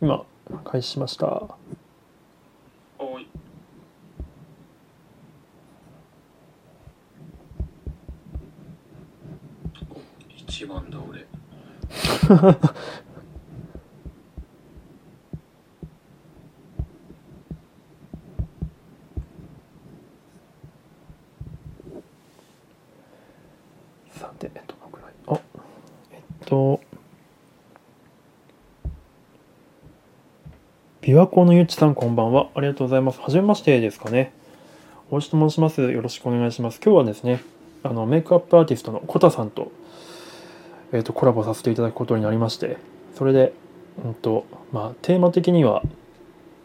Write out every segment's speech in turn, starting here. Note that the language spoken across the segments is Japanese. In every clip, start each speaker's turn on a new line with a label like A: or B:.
A: 今開始しました
B: おい。一番だ俺。
A: さてどのくらいあえっと琵琶湖のゆっちさんこんばんはありがとうございますはじめましてですかね大石と申しますよろしくお願いします今日はですねあのメイクアップアーティストのコタさんとえっとコラボさせていただくことになりましてそれでうんとまあテーマ的には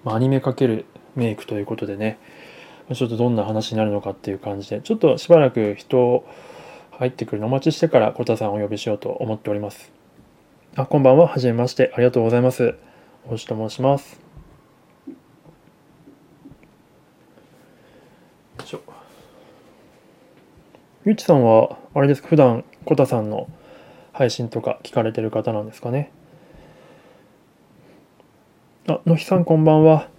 A: まあアニメ×メイクということでねちょっとどんな話になるのかっていう感じでちょっとしばらく人を入ってくるのをお待ちしてからコタさんをお呼びしようと思っておりますあこんばんははじめましてありがとうございます大石と申しますよいしょゆうちさんはあれですか普段コタさんの配信とか聞かれてる方なんですかねあのひさんこんばんは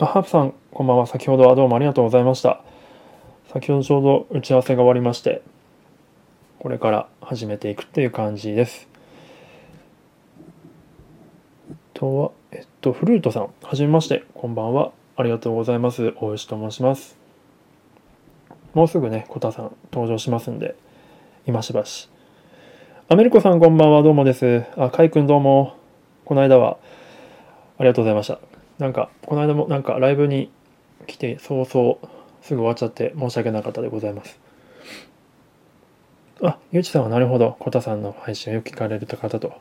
A: あハープさんこんばんは先ほどはどうもありがとうございました先ほどちょうど打ち合わせが終わりましてこれから始めていくっていう感じですあとはえっとフルートさんはじめましてこんばんはありがとうございます大石と申しますもうすぐねコタさん登場しますんで今しばしアメリコさんこんばんはどうもですあカイくんどうもこの間はありがとうございましたなんかこの間もなんかライブに来て早々すぐ終わっちゃって申し訳なかったでございます。あ、ゆうちさんはなるほど、コタさんの配信をよく聞かれる方と。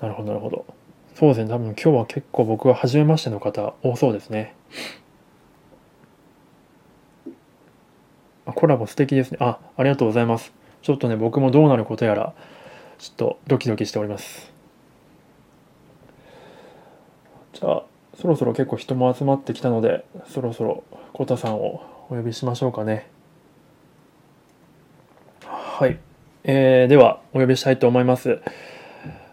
A: なるほど、なるほど。そうですね、多分今日は結構僕は初めましての方多そうですね。あコラボ素敵ですね。あ、ありがとうございます。ちょっとね、僕もどうなることやら、ちょっとドキドキしております。じゃあ、そろそろ結構人も集まってきたのでそろそろコタさんをお呼びしましょうかねはい、えーではお呼びしたいと思います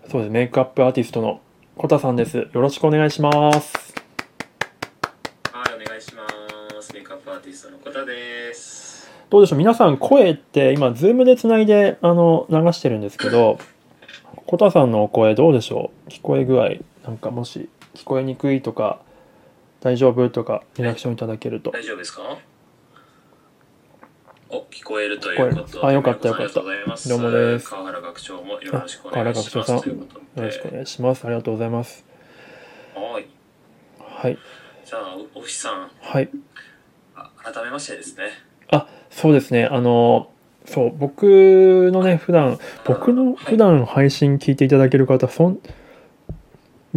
A: そうですメイクアップアーティストのコタさんですよろしくお願いします
B: はい、お願いします。メイクアップアーティストのコタです。
A: どうでしょう皆さん声って今ズームでつないであの流してるんですけどコタさんのお声どうでしょう聞こえ具合なんかもし聞こえにくいとか大丈夫とかリアクションいただけると
B: 大丈夫ですかお、聞こえるというこ
A: 聞
B: と
A: こえるあよかったよかった
B: ありがとうございます。
A: どうもです
B: 川原学長もよろしくお
A: 河
B: 願
A: 原
B: い
A: 学
B: し
A: 長
B: ます。
A: さん、
B: という
A: よ
B: ことで
A: ろしくお願いします。ありがとうございます。
B: はい。
A: はい、
B: じゃあ、おひさん、
A: はい、
B: あ改めましてですね。
A: そうですね。あの、そう、僕のね、普段、僕の
B: はい
A: 普段配信聞いていただける方、そん。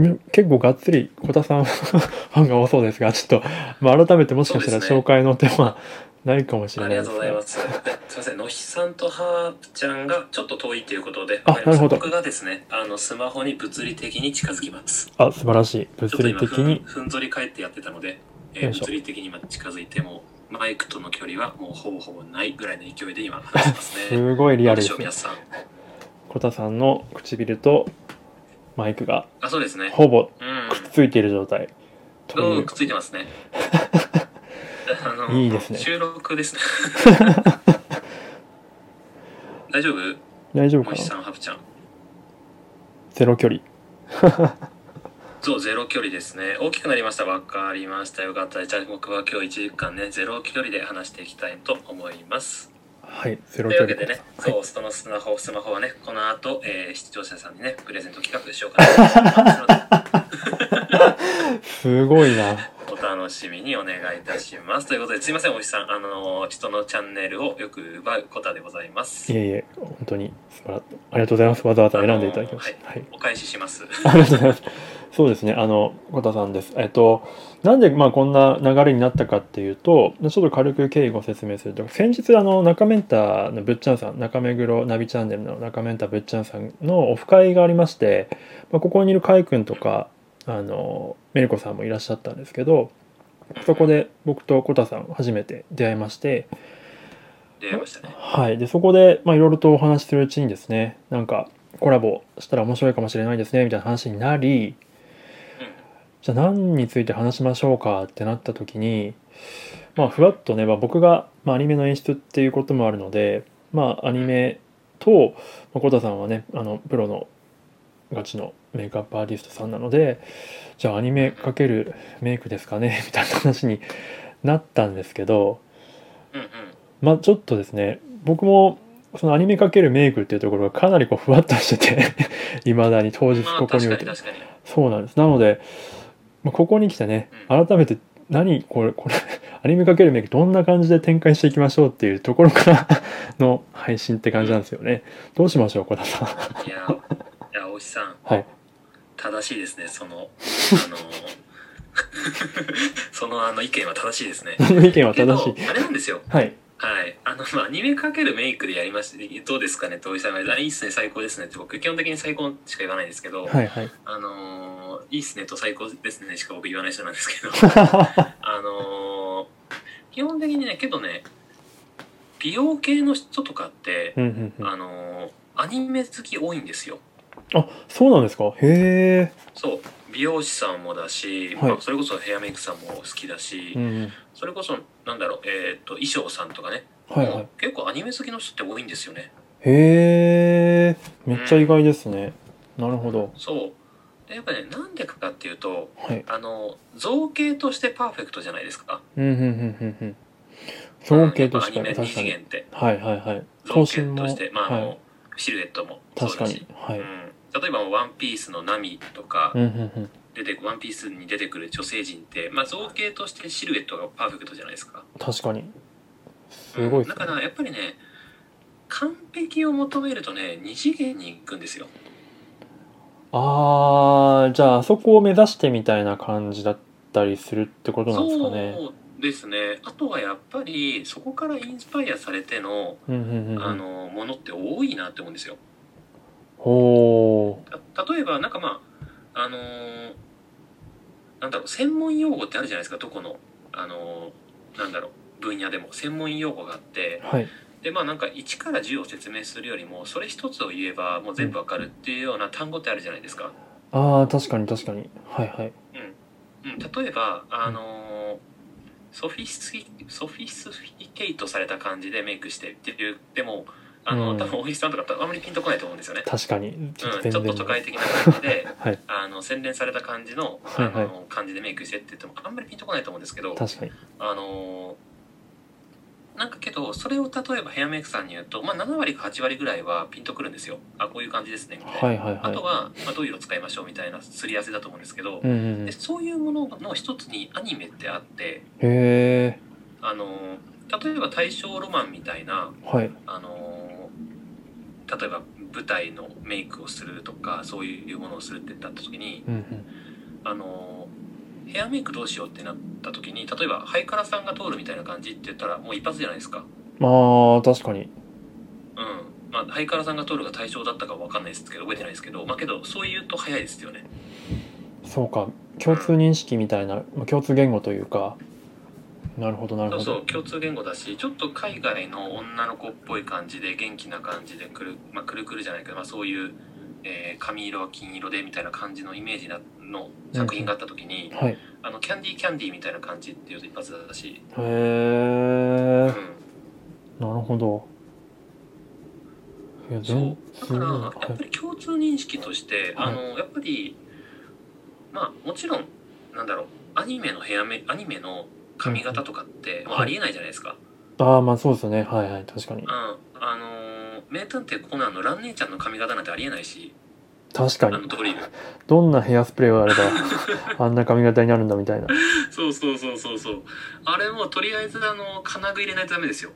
A: ん結構がっつり、小田さん ファンが多そうですが、ちょっと、まあ、改めてもしかしたら
B: そうですね
A: 紹介の手は ないかもしれ
B: あ
A: な
B: り
A: い
B: が
A: です
B: とう
A: ね
B: ございます。すいません、野比さんとハープちゃんがちょっと遠いということで、
A: あ
B: わかりました
A: なるほど
B: 僕がですね、あのスマホに物理的に近づきます。
A: あ、素晴らしい。
B: ち
A: 物
B: ょっと
A: 理
B: 今
A: 的
B: ふん
A: に。
B: ふんぞり返ってやってたので、えー
A: よいしょ
B: 物理的に今近づいても、マイクとの距離はもうほぼほぼないぐらいの勢いで今話してますね。
A: すごいリアルで
B: どう
A: す
B: で
A: ね
B: しょう皆さん。
A: 小田さんの唇とマイクが
B: あ、そうですね。
A: ほぼ
B: うん
A: くっ。ついている状態と
B: ど
A: いう
B: くっついてま すね。あの
A: いいですね
B: 収 録ですね。大丈夫
A: 大丈夫か
B: 野
A: な
B: 比さん、ハープちゃん。
A: ゼロ距離
B: そう、ゼロ距離ですね。大きくなりました。わかりました。よかった。じゃあ僕は今日1時間ね、ゼロ距離で話していきたいと思います。
A: はいゼロ
B: という
A: 距
B: わ
A: 離
B: けでね、
A: はい
B: そう、そのスマホ、スマホはね、この後、えー視聴者さんにね、プレゼント企画しようかなと思いますので、
A: すごいな
B: お楽しみにお願いいたします。ということで、すいません、おじさん。あのー人のチャンネルをよく奪うことでございます
A: い。えいえ本当に素晴らありがとうございますわざわざ選んでいただきまして、はい
B: お返し します。
A: ありがとうございます。そうですね、あの、小田さんです。えっと、なんで、まあ、こんな流れになったかっていうと、ちょっと軽く経緯ご説明すると、先日、あの、中メンタのぶっちゃんさん、中目黒ナビチャンネルの中メンタぶっちゃんさんのオフ会がありまして、まあ、ここにいるカイ君とか、あの、メリコさんもいらっしゃったんですけど、そこで僕と小田さん初めて出会いまして、
B: 出会いましたね。
A: はい。で、そこで、まあ、いろいろとお話しするうちにですね、なんか、コラボしたら面白いかもしれないですねみたいな話になりじゃあ何について話しましょうかってなった時にまあふわっとね、まあ、僕が、まあ、アニメの演出っていうこともあるのでまあアニメと、まあ、コタさんはねあのプロのガチのメイクアップアーティストさんなのでじゃあアニメかけるメイクですかねみたいな話になったんですけど
B: うんうん
A: まあちょっとですね僕もそのアニメかけるメイクっていうところがかなりこうふわっとしてて いまだに当
B: うん
A: 日
B: まあ
A: ここに置
B: 確か
A: いて
B: に確かに
A: そうなんですなので、まあ、ここに来てね
B: う
A: 改めて何これこれアニメかけるメイクどんな感じで展開していきましょうっていうところから の配信って感じなんですよねどうしましょう小田さん
B: いやいや大石さん
A: はい
B: 正しいですねそのあ のそのあの意見は正しいですね
A: 何の意見は
B: け
A: 正
B: ど
A: しい
B: あれなんですよ
A: はい
B: はい。あの、まあ、アニメかけるメイクでやりました。どうですかねって、おじさんが言われて、あいいっすね、最高ですねって、僕、基本的に最高しか言わないんですけど、
A: はい はい
B: あのーいいっすねと最高ですねしか僕言わない人なんですけど、 あのー基本的にね、けどね、美容系の人とかって、
A: うんうんうん
B: あのーアニメ好き多いんですよ。
A: あそうなんですかへ
B: そう。美容師さんもだし、
A: はい
B: まあそれこそヘアメイクさんも好きだし、
A: え、うんうん、
B: それこそ、なんだろう、えーっと、衣装さんとかね、
A: はいはい
B: 結構アニメ好きの人って多いんですよね。
A: へえめっちゃ意外ですね、なるほど
B: そうでやっぱねなんでかっていうと
A: はい
B: あの造形としてパーフェクトじゃないですか
A: うんうんうんうんうん造形として
B: うんやっぱア
A: 確か
B: ニメ二次
A: に
B: 元って
A: はいはいはい
B: 造形としてまああの、
A: はい、
B: シルエットもそう
A: 確か
B: だし
A: にはい、
B: うん、例えば「ワンピースのナミとか
A: うんうんうん
B: 出て、ワンピースに出てくる女性陣って、まあ、造形としてシルエットがパーフェクトじゃないですか
A: 確かにすごい
B: うん
A: で
B: だ
A: す
B: か
A: ね
B: らやっぱりね完璧を求めるとね二次元に行くんですよ
A: あーじゃああそこを目指してみたいな感じだったりするってことなんですかね
B: そうですねあとはやっぱりそこからインスパイアされての
A: うんうんうんうん
B: あのものって多いなって思うんですよ。
A: ほ
B: た例えばなんかまああのーなんだろう専門用語ってあるじゃないですかどこのあのーなんだろう分野でも専門用語があって
A: うはい
B: でまあなんか1から10を説明するよりもそれ一つを言えばもう全部わかるっていうような単語ってあるじゃないですか。
A: あー確かに確かにはいはい
B: うん、例えばあのーソフィスティソフィスティケイトされた感じでメイクしてっていうでもあの、
A: うん
B: 多分大石さんとか多分あんまりピンとこないと思うんですよね。
A: 確かにちょっと
B: うん、
A: 全
B: ちょ
A: 然、
B: っと都会的な感じで、
A: はい
B: あの洗練された感じの,、
A: はいはい
B: あの感じでメイクしてって言ってもあんまりピンとこないと思うんですけど
A: 確かに
B: あのーなんかけどそれを例えばヘアメイクさんに言うと、まあ、7割か8割ぐらいはピンとくるんですよあこういう感じですねみたいな、
A: はいはい
B: あと
A: は
B: は、まあ、どういう色使いましょうみたいなすり合わせだと思うんですけ
A: い
B: ど、
A: うんうんうん
B: で
A: へ
B: そういうものの一つにアニメってあって
A: え
B: あのー例えば大正ロマンみたいな
A: はい
B: あのー例えば舞台のメイクをするとかそういうものをするってなった時に、
A: うんうん
B: あのーヘアメイクどうしようってなった時に例えばハイカラさんが通るみたいな感じって言ったらもう一発じゃないですか。
A: まあ確かに
B: うんまあ、ハイカラさんが通るが対象だったかわかんないですけど覚えてないですけど、まあ、けどそう言うと早いですよね。
A: そうか共通認識みたいなまあ共通言語というかなるほどなる
B: そ
A: ほ
B: う
A: ど
B: そう共通言語だしちょっと海外の女の子っぽい感じで元気な感じでくる,、まあ、くるくるじゃないけど、まあ、そういう、えー髪色は金色でみたいな感じのイメージなの作品があった時に、
A: はいへ
B: あのキャンディーキャンディーみたいな感じっていうと一発だし、
A: え
B: うん
A: なるほどいや
B: そう
A: 全
B: だ
A: す
B: か
A: ごい
B: ら
A: は
B: やっぱり共通認識として、
A: はい
B: あのやっぱりまあもちろんなんだろうアニメのヘアメアニメの髪型とかって、まあ、ありえないじゃないですか。
A: いああまあそうですねはいはい確かに
B: うん、あのー名探偵コナンの蘭姉ちゃんの髪型なんてありえないし、
A: 確か
B: あの
A: に
B: ドリル。
A: どんなヘアスプレーをやれば あんな髪型になるんだみたいな
B: そうそうそうそうそう。あれもとりあえずあの金具入れないとダメですよ。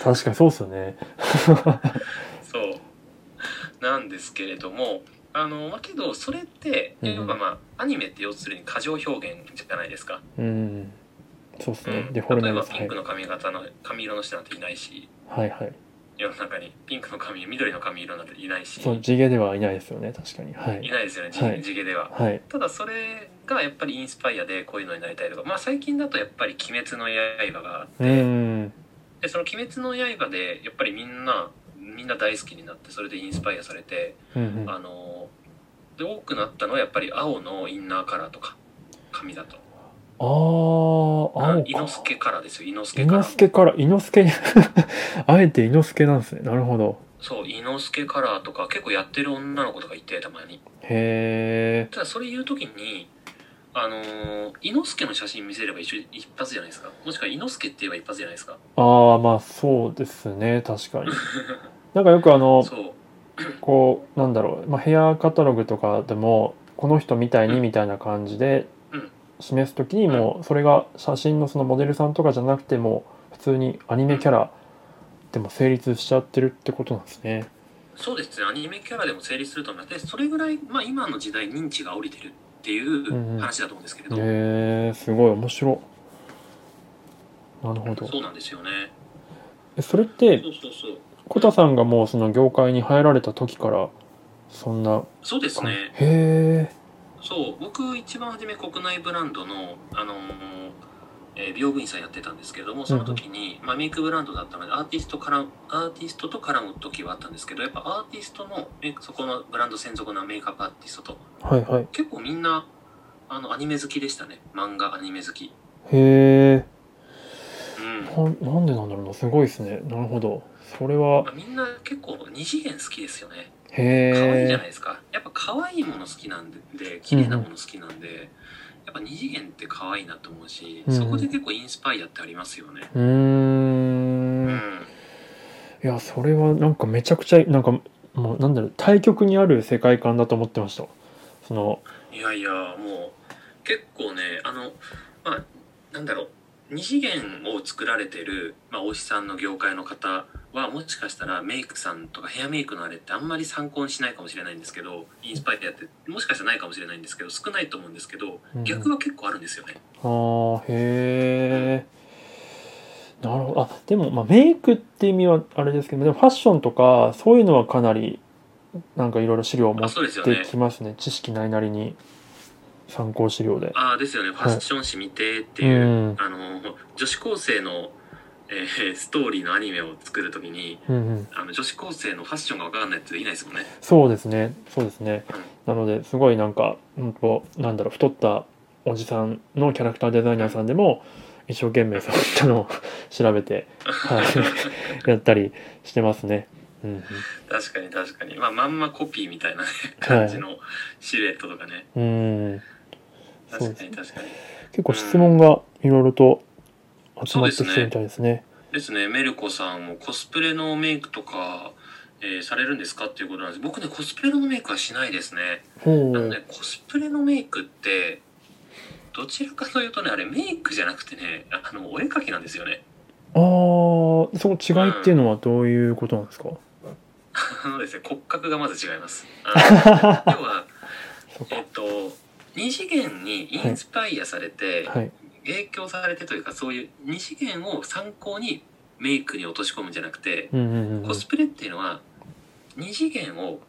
A: 確かにそうっすよね
B: そう。なんですけれども、あのまあけどそれって
A: うん
B: やっぱまあ、アニメって要するに過剰表現じゃないですか。
A: うんそうっす
B: う
A: ね
B: ん、
A: デフォル
B: 例
A: メ
B: え
A: で
B: ば
A: す
B: ピ
A: は
B: ン
A: い
B: クの髪型の髪色の人なんていないし、
A: はいはい
B: 世の中にピンクの髪緑の髪色なんていないし、
A: そう地毛ではいないですよね確かにはいい
B: ないですよね、地
A: はい
B: 地毛では。
A: はい
B: ただそれがやっぱりインスパイアでこういうのになりたいとか、まあ、最近だとやっぱり「鬼滅の刃」があって、
A: うん
B: でその「鬼滅の刃」でやっぱりみんなみんな大好きになってそれでインスパイアされて、
A: うんうん
B: あので多くなったのはやっぱり青のインナーカラーとか髪だと
A: ああ青
B: あ
A: か
B: 伊之助カラーですよ伊之助
A: 伊
B: カラ
A: 之
B: ー
A: 助から伊之助 にあえて伊之助なんですねなるほど
B: そう伊之助カラーとか結構やってる女の子とかいてたまに
A: へえ
B: ただそれ言う時にあの伊之助の写真見せれば一緒一発じゃないですかもしくは伊之助って言えば一発じゃないですか
A: ああまあそうですね確 かになんかよくあの
B: そう
A: こうなんだろう、まあ、ヘアカタログとかでもこの人みたいにみたいな感じで
B: うん
A: 示す時にもうそれが写真のそのモデルさんとかじゃなくても普通にアニメキャラでも成立しちゃってるってことなんですね。
B: そうですねアニメキャラでも成立すると思いますでそれぐらい、まあ、今の時代認知が降りてるってい
A: んうん
B: う話だと思うんですけれど、
A: へえすごい面白い。なるほど
B: そうなんですよね
A: えそれって
B: そうそうそう
A: コタさんがもうその業界に入られた時からそんな
B: そうですね
A: へえ
B: そう僕一番初め国内ブランドの、あのーえー美容部員さんやってたんですけれどもその時に、まあ、メイクブランドだったのでアーティストからアーティストと絡む時はあったんですけどやっぱアーティストのメイクそこのブランド専属のメイクアップアーティストと
A: はいはい
B: 結構みんなあのアニメ好きでしたね漫画アニメ好き
A: へえ
B: うん、ま
A: ななんでなんだろうなすごいですねなるほどそれは
B: あ、みんな結構二次元好きですよね可愛いじゃ
A: へ
B: ないですかやっぱ可愛いもの好きなんでで綺麗なもの好きなんで、やっぱ二次元って可愛いなと思うし、
A: うんうん
B: そこで結構インスパイアってありますよね
A: えうーん
B: うん
A: いやそれはなんかめちゃくちゃなんかもうなんだろう対極にある世界観だと思ってましたその
B: いやいやもう結構ねあのまあなんだろう二次元を作られてる、まあ、お師さんの業界の方はもしかしたらメイクさんとかヘアメイクのあれってあんまり参考にしないかもしれないんですけどインスパイアってもしかしたらないかもしれないんですけど少ないと思うんですけど
A: うん
B: 逆は結構あるんですよね。
A: あーへえなるほどあでも、まあ、メイクって意味はあれですけどでもファッションとかそういうのはかなりなんかいろいろ資料を持
B: あ
A: っ
B: そうですよ
A: て
B: ね
A: きますね知識ないなりに参考資料で
B: ああですよねファッション誌見てっていう、
A: うん
B: あの女子高生の、えーストーリーのアニメを作るときに
A: うんうん
B: あの女子高生のファッションが分からないってできないですもんね。
A: そうですねそうですね
B: う
A: な
B: ん
A: のですごいなんか本当なんだろう太ったおじさんのキャラクターデザイナーさんでも一生懸命そういったのを 調べて、はい、やったりしてますね。うんうん
B: 確かに確かに、まあ、まんまコピーみたいなね感じのシルエットとかね、
A: うんそうで
B: 確か
A: す
B: に確かに
A: 結構質問がいろいろと集まってきてるみたいですね。
B: ですねメルコさんもコスプレのメイクとか、えーされるんですかっていうことなんです僕ねコスプレのメイクはしないですね
A: ほ
B: あの
A: う
B: ねコスプレのメイクってどちらかというとねあれメイクじゃなくてねあのお絵描きなんですよね
A: あーその違いっていうのはどういうこと なんですか、
B: あのですね骨格がまず違いますあ の要は
A: そうか
B: えっと二次元にインスパイアされて、
A: はい
B: 影響されてというかそういう二次元を参考にメイクに落とし込むんじゃなくて、
A: うんうんうんうん
B: コスプレっていうのは二次元を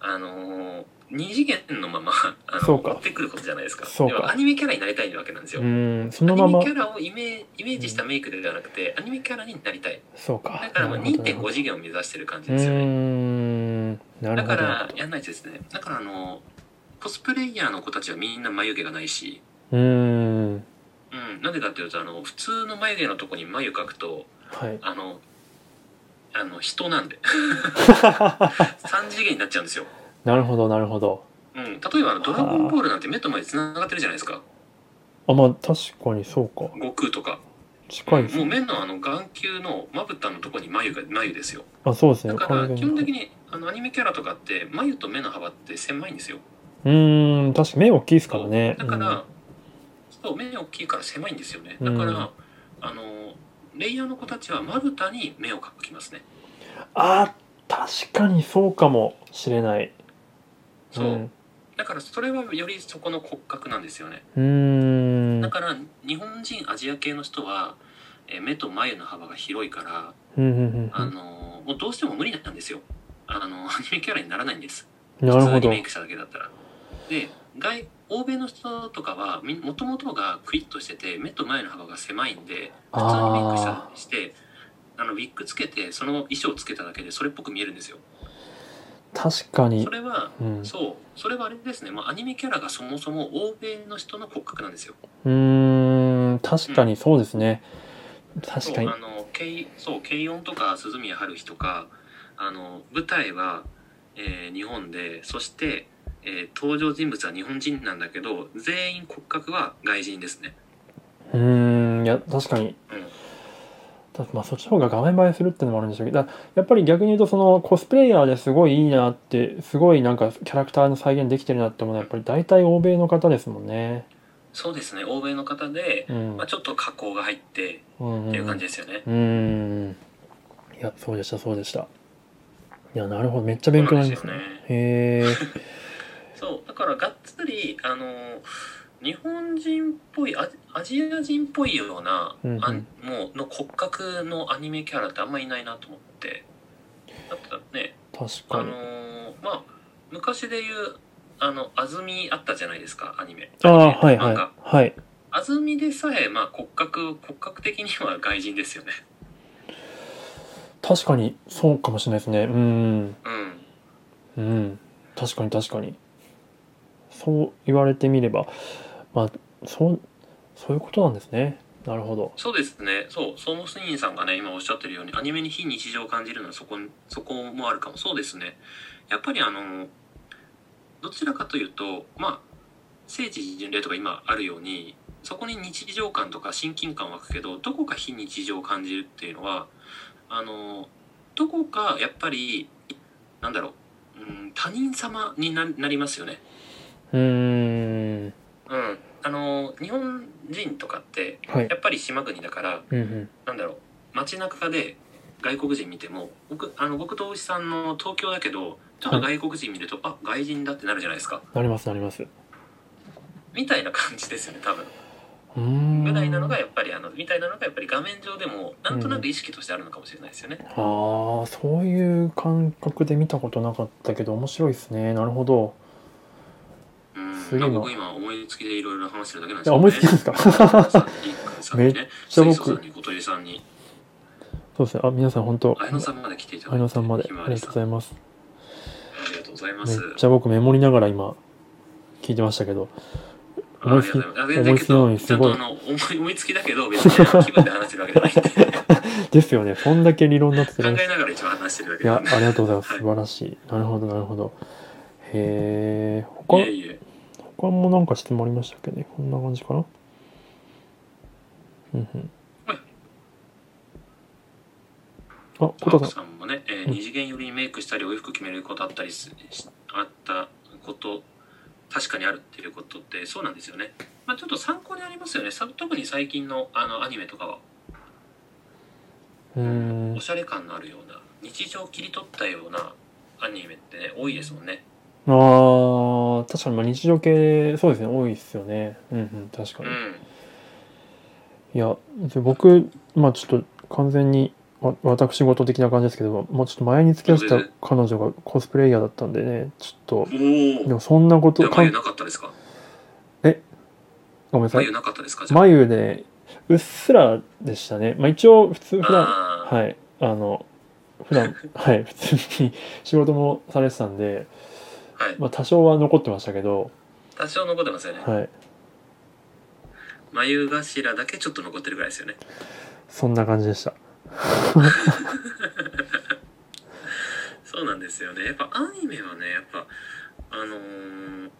B: あのー二次元のまま あの
A: そうか
B: 持ってくることじゃないですか
A: そうか
B: 要はアニメキャラになりたいわけなんですよ、
A: うんそのま
B: ア
A: ま
B: ニメキャラをイメイメージしたメイクではなくて、アニメキャラになりたい
A: そうか
B: だからもう
A: なるほどなるほど
B: 2.5次元を目指してる感じ
A: う
B: ですよね、
A: んなる
B: だ
A: ほ
B: か
A: ど
B: らやんないとですねだからあのコスプレイヤーの子たちはみんな眉毛がないし
A: うん
B: うん、なんでかっていうとあの普通の眉毛のとこに眉描くと
A: はい
B: あのあの人なんで三次元になっちゃうんですよ、
A: なるほどなるほど
B: うん、例えばあの「ドラゴンボール」なんて目と眉つながってるじゃないですか
A: あまあ確かにそうか
B: 悟空とか、
A: 近いです
B: もう
A: ね
B: 目のあの眼球のまぶたのとこに眉が眉ですよ
A: あそうですね
B: だから
A: 完
B: 基
A: 全
B: 本的
A: に
B: にあのアニメキャラとかって眉と目の幅って狭いんですよ
A: うーん確かに目大きいですからね
B: そうだから、
A: うん
B: そう目大きいから狭いんですよねだから、
A: うん
B: あのレイヤーの子たちはまぶたに目を描きますね
A: あー確かにそうかもしれない
B: そう、
A: ん
B: だからそれはよりそこの骨格なんですよね、
A: うーん
B: だから日本人アジア系の人は、えー目と眉の幅が広いから、
A: うんうんう
B: あ
A: ん
B: のーもうどうしても無理なんですよあのー アニメキャラにならないんです
A: うんなる
B: 普通
A: ほ
B: に
A: ど
B: メイクしただけだったらで外欧米の人とかはみもともとがクリッとしてて目と眉の幅が狭いんで普通にメイクした
A: あ
B: してあのウィッグつけてその衣装つけただけでそれっぽく見えるんですよ
A: 確かに
B: そ。れは
A: うん。う
B: そうそれはあれですね、まあ、アニメキャラがそもそも欧米の人の骨格なんですよ
A: ーん、確かにそうですね。確かに
B: そう。あのケイそうケイオンとか鈴宮春日とかあの舞台は、えー日本でそして、えー登場人物は日本人なんだけど全員骨格は外人ですね
A: うーん、いや、確かに。
B: うん
A: だまあ、そっちの方が画面映えするってのもあるんでしょうけど、だやっぱり逆に言うと、そのコスプレイヤーですごいいいなって、すごいなんかキャラクターの再現できてるなって思うのは、やっぱり大体欧米の方ですもんね。
B: そうですね欧米の方で、
A: うん。
B: まあ、ちょっと加工が入って
A: うん
B: っていう感じですよね、
A: うーん。いや、そうでした、そうでした。いや、なるほど。めっちゃ勉強になりますね。
B: そうなんです
A: へえ。
B: そうだからがっつりあの日本人っぽいアジアジア人っぽいような、
A: うんうん
B: あんもうの骨格のアニメキャラってあんまいないなと思ってだったね
A: 確か
B: あの
A: に。
B: ーまあ昔で言うあの安住あったじゃないですかアニメ
A: ああー、はい
B: な
A: は
B: ん
A: い
B: か。
A: はい。
B: 安住でさえ、まあ、骨格骨格的には外人ですよね
A: 確かに、そうかもしれないですね。うん。
B: うん
A: うん。確かに確かに。そう言われてみれば、まあ、そう、そういうことなんですね。なるほど。
B: そうですねそうソーモスニンさんがね今おっしゃってるようにアニメに非日常を感じるのはそこそこもあるかもそうですねやっぱりあのどちらかというとまあ聖地巡礼とか今あるようにそこに日常感とか親近感湧くけどどこか非日常を感じるっていうのはあのどこかやっぱりなんだろう、うん、他人様にななりますよね
A: うーん。
B: うんあの日本人とかって
A: はい
B: や。っぱり島国だから
A: うんうん。
B: なんだろう街中で外国人見ても僕あの僕と大石さんの東京だけどちょっと外国人見ると、あ外人だってなるじゃないですか
A: なりますなります。う
B: みたいな感じですよね多分
A: ーん。
B: ぐらいなのがやっぱりあのみたいなのがやっぱり画面上でもなんとなく意識としてあるのかもしれないですよね、
A: ああ、そういう感覚で見たことなかったけど、面白いですね。なるほど。
B: うん
A: すげえな
B: まあ僕今思いつきでいろいろ話してるだけなんです
A: いや思いつきです か
B: さっきさっき
A: めっ
B: ね
A: ちゃ僕
B: 水素さんに小鳥さんに
A: そうですね。あ、皆さん本当。
B: 綾野さんまで来ていただいて
A: 綾野さんまで。
B: ひま
A: あ
B: わ
A: り
B: り
A: がとうございます。
B: ありがとうござい
A: め
B: ま
A: っ
B: す
A: ちゃ僕メモりながら今、聞いてましたけど。
B: ありがとうございますあ全
A: 思い
B: 然
A: つ
B: け
A: きなのに
B: ど
A: す
B: ちゃん
A: ごい
B: とあの思い思いつきだけど別に気分で話してるわけじゃないんで
A: ですよね。そんだけ理論になってて
B: 考えながら一番話してるだけ
A: いや、
B: な
A: あ
B: ん
A: り
B: で
A: がとうございます。素晴らしい。なるほど、なるほど。へえ。他
B: いえいえ
A: 他もなんか質問ありましたっけね。こんな感じかな。うんうん。
B: はい
A: あ、コ
B: パ
A: タ
B: ク
A: さ
B: さんもね、えー
A: うん
B: 二次元よりにメイクしたりお洋服決めることあったりすしあったこと確かにあるっていうことってそうなんですよね、まあ、ちょっと参考になりますよねさ特に最近のあのアニメとかは
A: ん。うーん
B: お。しゃれ感のあるような日常を切り取ったようなアニメってね多いですもんね
A: あー、確かにまあ日常系、そうですね、多いですよね。うんうん、確か
B: う
A: に。
B: ん
A: いや、で僕、まあちょっと完全に、わ私事的な感じですけど、もうちょっと前に付き合ってた彼女がコスプレイヤーだったんでね、ちょっと、で
B: おお
A: もそんなこと、かん
B: 眉なかったですか
A: ごめんなさい
B: 眉。なかったですかじゃあ
A: 眉で、うっすらでしたね。まあ一応、普通、普段、
B: あー
A: はい、あの、普 段、はい、普通に仕事もされてたんで、
B: はい、
A: まあ多少は残ってましたけど、
B: 多少残ってますよね、
A: はい、
B: 眉頭だけちょっと残ってるぐらいですよね
A: そんな感じでした。
B: そうなんですよね。やっぱアニメはね、やっぱ、あのー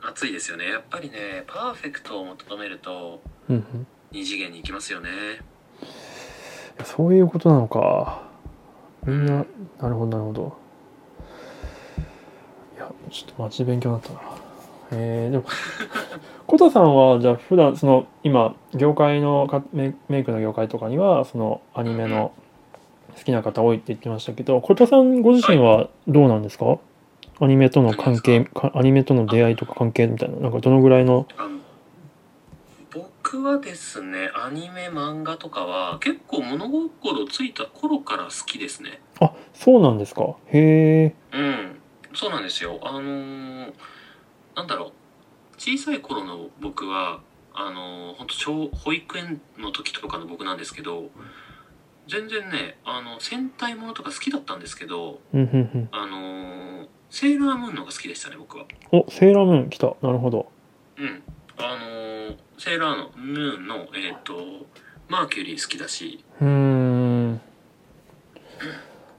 B: 熱いですよね。やっぱりね、パーフェクトを求めると、
A: うんうん。
B: 二次元に行きますよね。
A: そういうことなのか。みん
B: う
A: な、
B: ん
A: なるほど、なるほど。いや、ちょっとマジ勉強になったな。えー、でも、 コタさんは、じゃあ普段、その、今、業界のかメイ、メイクの業界とかには、その、アニメの好きな方多いって言ってましたけど、コタさんご自身はどうなんですか、アニメとの関係かアニメとの出会いとか関係みたいな、なんかどのぐらいの、
B: あの僕はですね、アニメ、漫画とかは、結構物心ついた頃から好きですね。
A: あ、そうなんですか。へえ。
B: うん。そうなんですよ。あのーなんだろう。小さい頃の僕は、あのー、本当小、保育園の時とかの僕なんですけど、全然ねあの戦隊ものとか好きだったんですけど
A: うんうんうん。
B: あのーセーラームーンの方が好きでしたね僕は
A: お、セーラームーン来た。なるほど。
B: うんあのーセーラームーンのえっ、とマーキュリー好きだし
A: うーん。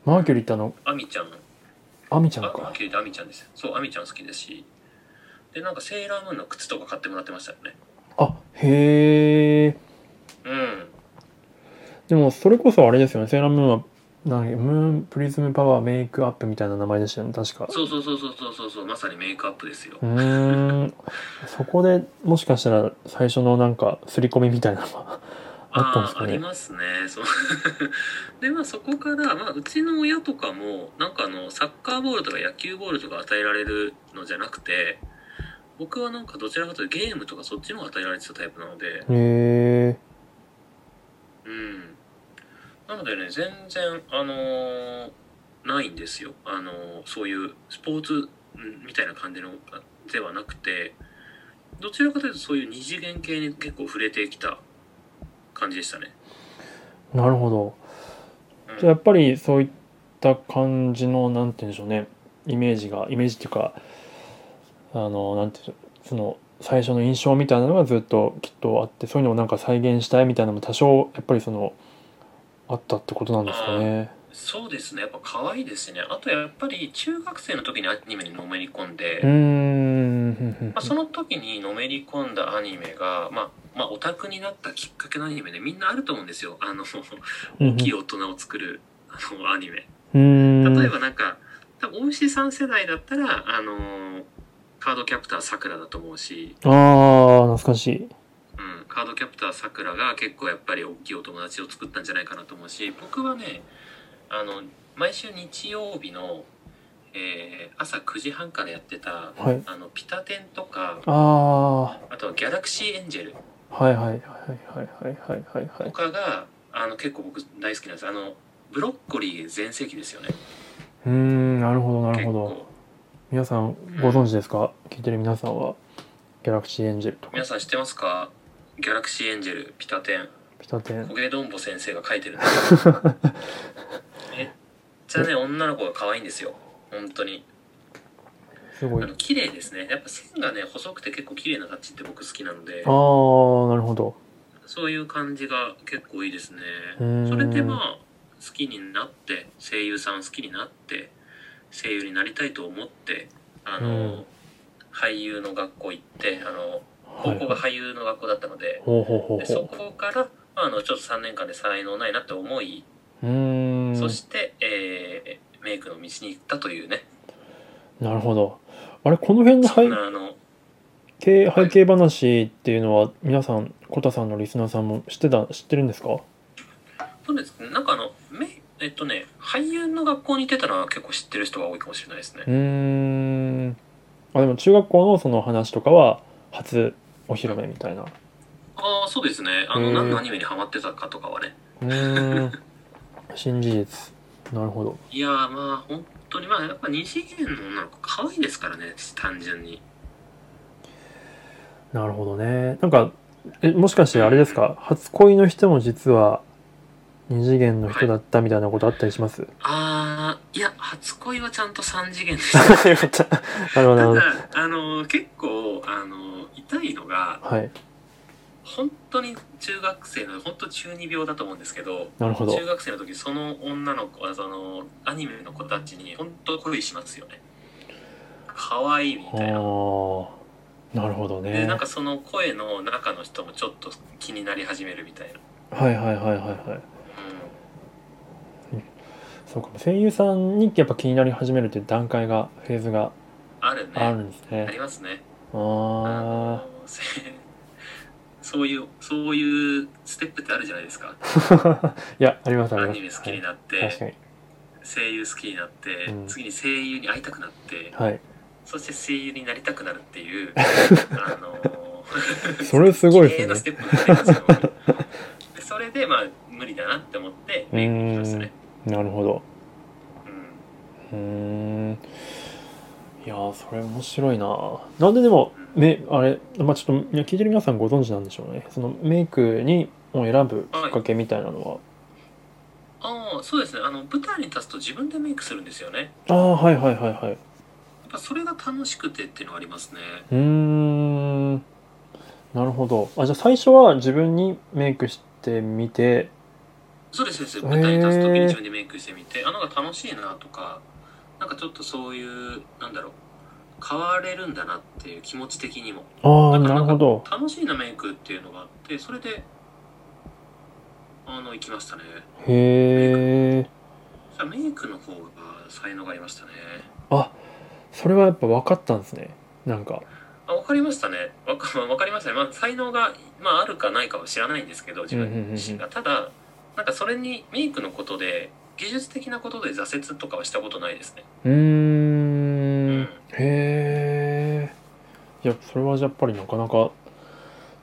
A: マーキュリーってあの、
B: アミちゃん
A: アミちゃん
B: あマー
A: か。
B: キュリーってアミちゃんですよそうアミちゃん好きだしでなんかセーラームーンの靴とか買ってもらってましたよね
A: あ、へー。
B: うん
A: でも、それこそあれですよね。セーラームーンは、なんムーンプリズムパワーメイクアップみたいな名前でしたよね。確か。
B: そうそうそうそうそうそうそうまさにメイクアップですよ
A: うーん。そこでもしかしたら最初のなんか、刷り込みみたいなのがあったんです
B: あ
A: か
B: ーあ
A: ね。
B: りますね。そう でまあそこから、まあ、うちの親とかもなんかあのサッカーボールとか野球ボールとか与えられるのじゃなくて僕はなんかどちらかというとゲームとかそっちの方が与えられてたタイプなので
A: へ
B: うんなのでね全然あのーないんですよ、あのーそういうスポーツうんみたいな感じのではなくてどちらかというとそういう二次元系に結構触れてきた感じでしたね。
A: ー。なるほど。
B: うん
A: じゃあやっぱりそういった感じのなんて言うんでしょうねイメージがイメージっていうかあのなんて言うんでしょうその最初の印象みたいなのがずっときっとあってそういうのをなんか再現したいみたいなのも多少やっぱりそのあったってことなんですかね。
B: そうですねやっぱ可愛いですねあとやっぱり中学生の時にアニメにのめり込んで、
A: うーんふんふん
B: まあ、その時にのめり込んだアニメが、まあ、まあオタクになったきっかけのアニメでみんなあると思うんですよあの
A: ふん
B: 大きい大人を作るあのアニメ
A: うーん
B: 例えばなんか多分大石さん世代だったらあのーカードキャプターさくらだと思うし、
A: ああ懐かしい。
B: うん、カードキャプターさくらが結構やっぱり大きいお友達を作ったんじゃないかなと思うし僕はねあの毎週日曜日の、えー朝9時半からやってた
A: はい。
B: あのピタテンとか
A: ああは
B: あとはギャラクシーエンジェル
A: いはいはいはいはいはいはいは
B: と
A: い。
B: かがあの結構僕大好きなんですあのブロッコリー全盛期ですよね
A: うーんなるほどなる
B: 結
A: ほど。
B: 構
A: 皆さんご存知ですか聞いてる皆さんはギャラクシーエンジェルとか
B: 皆さん知ってますかギャラクシーエンジェルピタテン
A: ピタテン
B: 焦げどんぼ先生が書いてるんですよめっちゃね女の子が可愛いんですよ本当に
A: すごい。
B: あ
A: あ
B: の綺麗ですねやっぱ線がね細くて結構綺麗なタッチって僕好きなので
A: あー、なるほど。
B: そういう感じが結構いいですね
A: うーん
B: それでまあ好きになって声優さん好きになって声優になりたいと思ってあの、
A: うん
B: 俳優の学校行ってあの
A: は
B: 高
A: い
B: 校が。俳優の学校だったので,、
A: ほうほうほう
B: でそ
A: ほ
B: こから、まあ、あのちょっと3年間で才能ないなって思い、
A: う。うーん。
B: そして、えーメイクの道に行ったというね
A: なるほど。あれ、この辺の
B: そ
A: 背
B: んなあの
A: 景背景話っていうのは、皆さん、コタさんのリスナーさんも知ってた、知ってるんですか
B: そうですねなんかあのめえっとね俳優の学校に行ってたのは結構知ってる人が多いかもしれないですね
A: うーん。あ、でも中学校のその話とかは、初お披露目みたいな。
B: ああそうですねあ
A: う
B: の
A: ん
B: 何のアニメにハマってたかとかはね
A: うー ん。新事実。なるほど。
B: いやーまあ本当にまあやっぱ二次元の女の子可愛いですからね単純に
A: なるほどね。なんか、え、もしかしてあれですか初恋の人も実は、二次元の人だったみたいなことあったりします、
B: あーいや初恋はちゃんと三次元でし た
A: よかった。なるほど、な
B: た
A: る
B: だ
A: ほど。
B: あのー結構あのー痛いのが
A: はい。
B: 本当に中学生の本当中二病だと思うんですけど
A: なるほど。
B: 中学生の時その女の子あそのアニメの子たちに本当恋しますよね可愛いみ
A: あ
B: た
A: あ。な
B: いな
A: るほど
B: で
A: ね
B: なん。かその声の中の人もちょっと気になり始めるみたいな、
A: はいはいはいはいはい。
B: う
A: そうか。声優さんにやっぱ気になり始めるという段階が、フェーズが
B: ん、あるね
A: あるんです
B: あり
A: ね。
B: ますねあ
A: あ
B: のせ そういうそういうステップってあるじゃないですか
A: あ。 いや、ありますあ
B: ア
A: ります。
B: ニメ好きになって、
A: はい確かに。
B: 声優好きになって、
A: うん
B: 次に声優に会いたくなって
A: はい。
B: そして声優になりたくなるって いうあの
A: それすごい
B: 綺
A: で
B: 麗なス
A: すね。
B: テップになりますよでそれでまあ無理だなって思ってメイクに行きましたね
A: なるほど。
B: う
A: うー
B: ん
A: んいやーそれ面白いななんででもめあれ、まあ、ちょっといや聞いてる皆さんご存知なんでしょうねそのメイクにを選ぶきっかけみたいなのは
B: のそうですねあの舞台に立つと自分でメイクするんですよね
A: ああはいはいはいはい
B: やっぱそれが楽しくてっていうのはありますね
A: うーんなるほどあじゃあ最初は自分にメイクしてみて
B: そうですそうです
A: へー
B: 舞台に立つ時に自分でメイクしてみてあのが楽しいなとかなんかちょっとそういうなんだろう変われるんだなっていう気持ち的にも
A: ああ
B: だか
A: な
B: ら
A: る
B: んか
A: ほど
B: 楽しいなメイクっていうのがあってそれであの行きましたね
A: へえ
B: じゃあメイクの方が才能がありましたね
A: あそれはやっぱ分かったんですねなんか
B: あ分かりましたね分か,、まあ、わかりましたね、まあ、才能が、まあ、あるかないかは知らないんですけど自分自身が、ただなんかそれにメイクのことで技術的なことで挫折とかはしたことないですね
A: うーん
B: うん
A: へえいやそれはやっぱりなかなか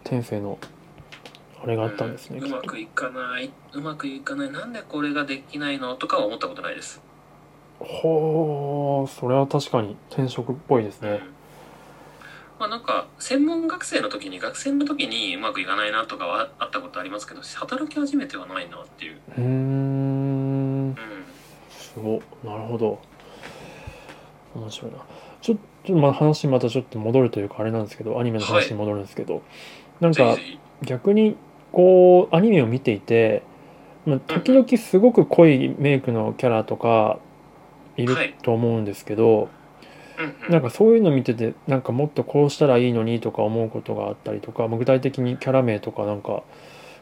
A: 天性のあれがあったんですね、
B: う
A: き
B: ん
A: っ
B: う
A: と
B: まくいかないうまくいかないなんでこれができないのとかは思ったことないです、
A: ほうそれは確かに転職っぽいです
B: う
A: ね
B: んまあなんか専門学生の時に学生の時にうまくいかないなとかはあったことありますけど働き始めてはないなっていう、
A: うーん
B: うん、
A: すごっなるほど面白いなちょっとまあ話またちょっと戻るというかあれなんですけどアニメの話に戻るんですけど、なん
B: ぜひ
A: か
B: ぜひ
A: 逆にこうアニメを見ていて、まあ、時々すごく濃いメイクのキャラとかいる
B: はい
A: と思うんですけど、
B: うんうん
A: なんかそういうの見ててなんかもっとこうしたらいいのにとか思うことがあったりとか、まあ具体的にキャラ名とかなんか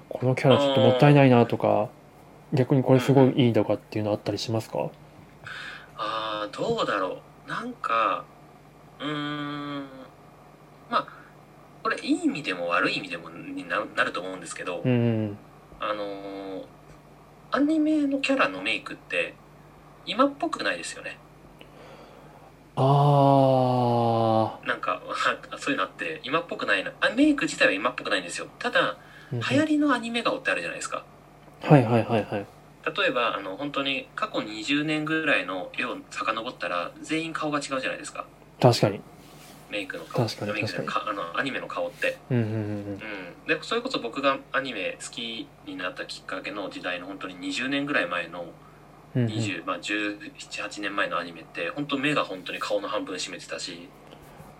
A: このキャラちょっともったいないなとか逆にこれすごいいいとかっていうのあったりしますか
B: あーどうだろうなんかうーんまあこれいい意味でも悪い意味でもにななると思うんですけど、
A: うん
B: あのーアニメのキャラのメイクって今っぽくないですよね
A: あ
B: なんか そういうのあって今っぽくないなあメイク自体は今っぽくないんですよただ
A: ー
B: 流行りのアニメ顔ってあるじゃないですか
A: はいはいはいはい
B: 例えばあの本当に過去20年ぐらいの絵を遡ったら全員顔が違うじゃないですか
A: 確かに
B: メイクの顔
A: 確かに
B: メイクじゃないかあのアニメの顔って
A: うんうんうん
B: うん、でそれこそ僕がアニメ好きになったきっかけの時代の本当に20年ぐらい前の
A: うんうんうん
B: 2 0まあ、178年前のアニメって本当目が本当に顔の半分占めてたし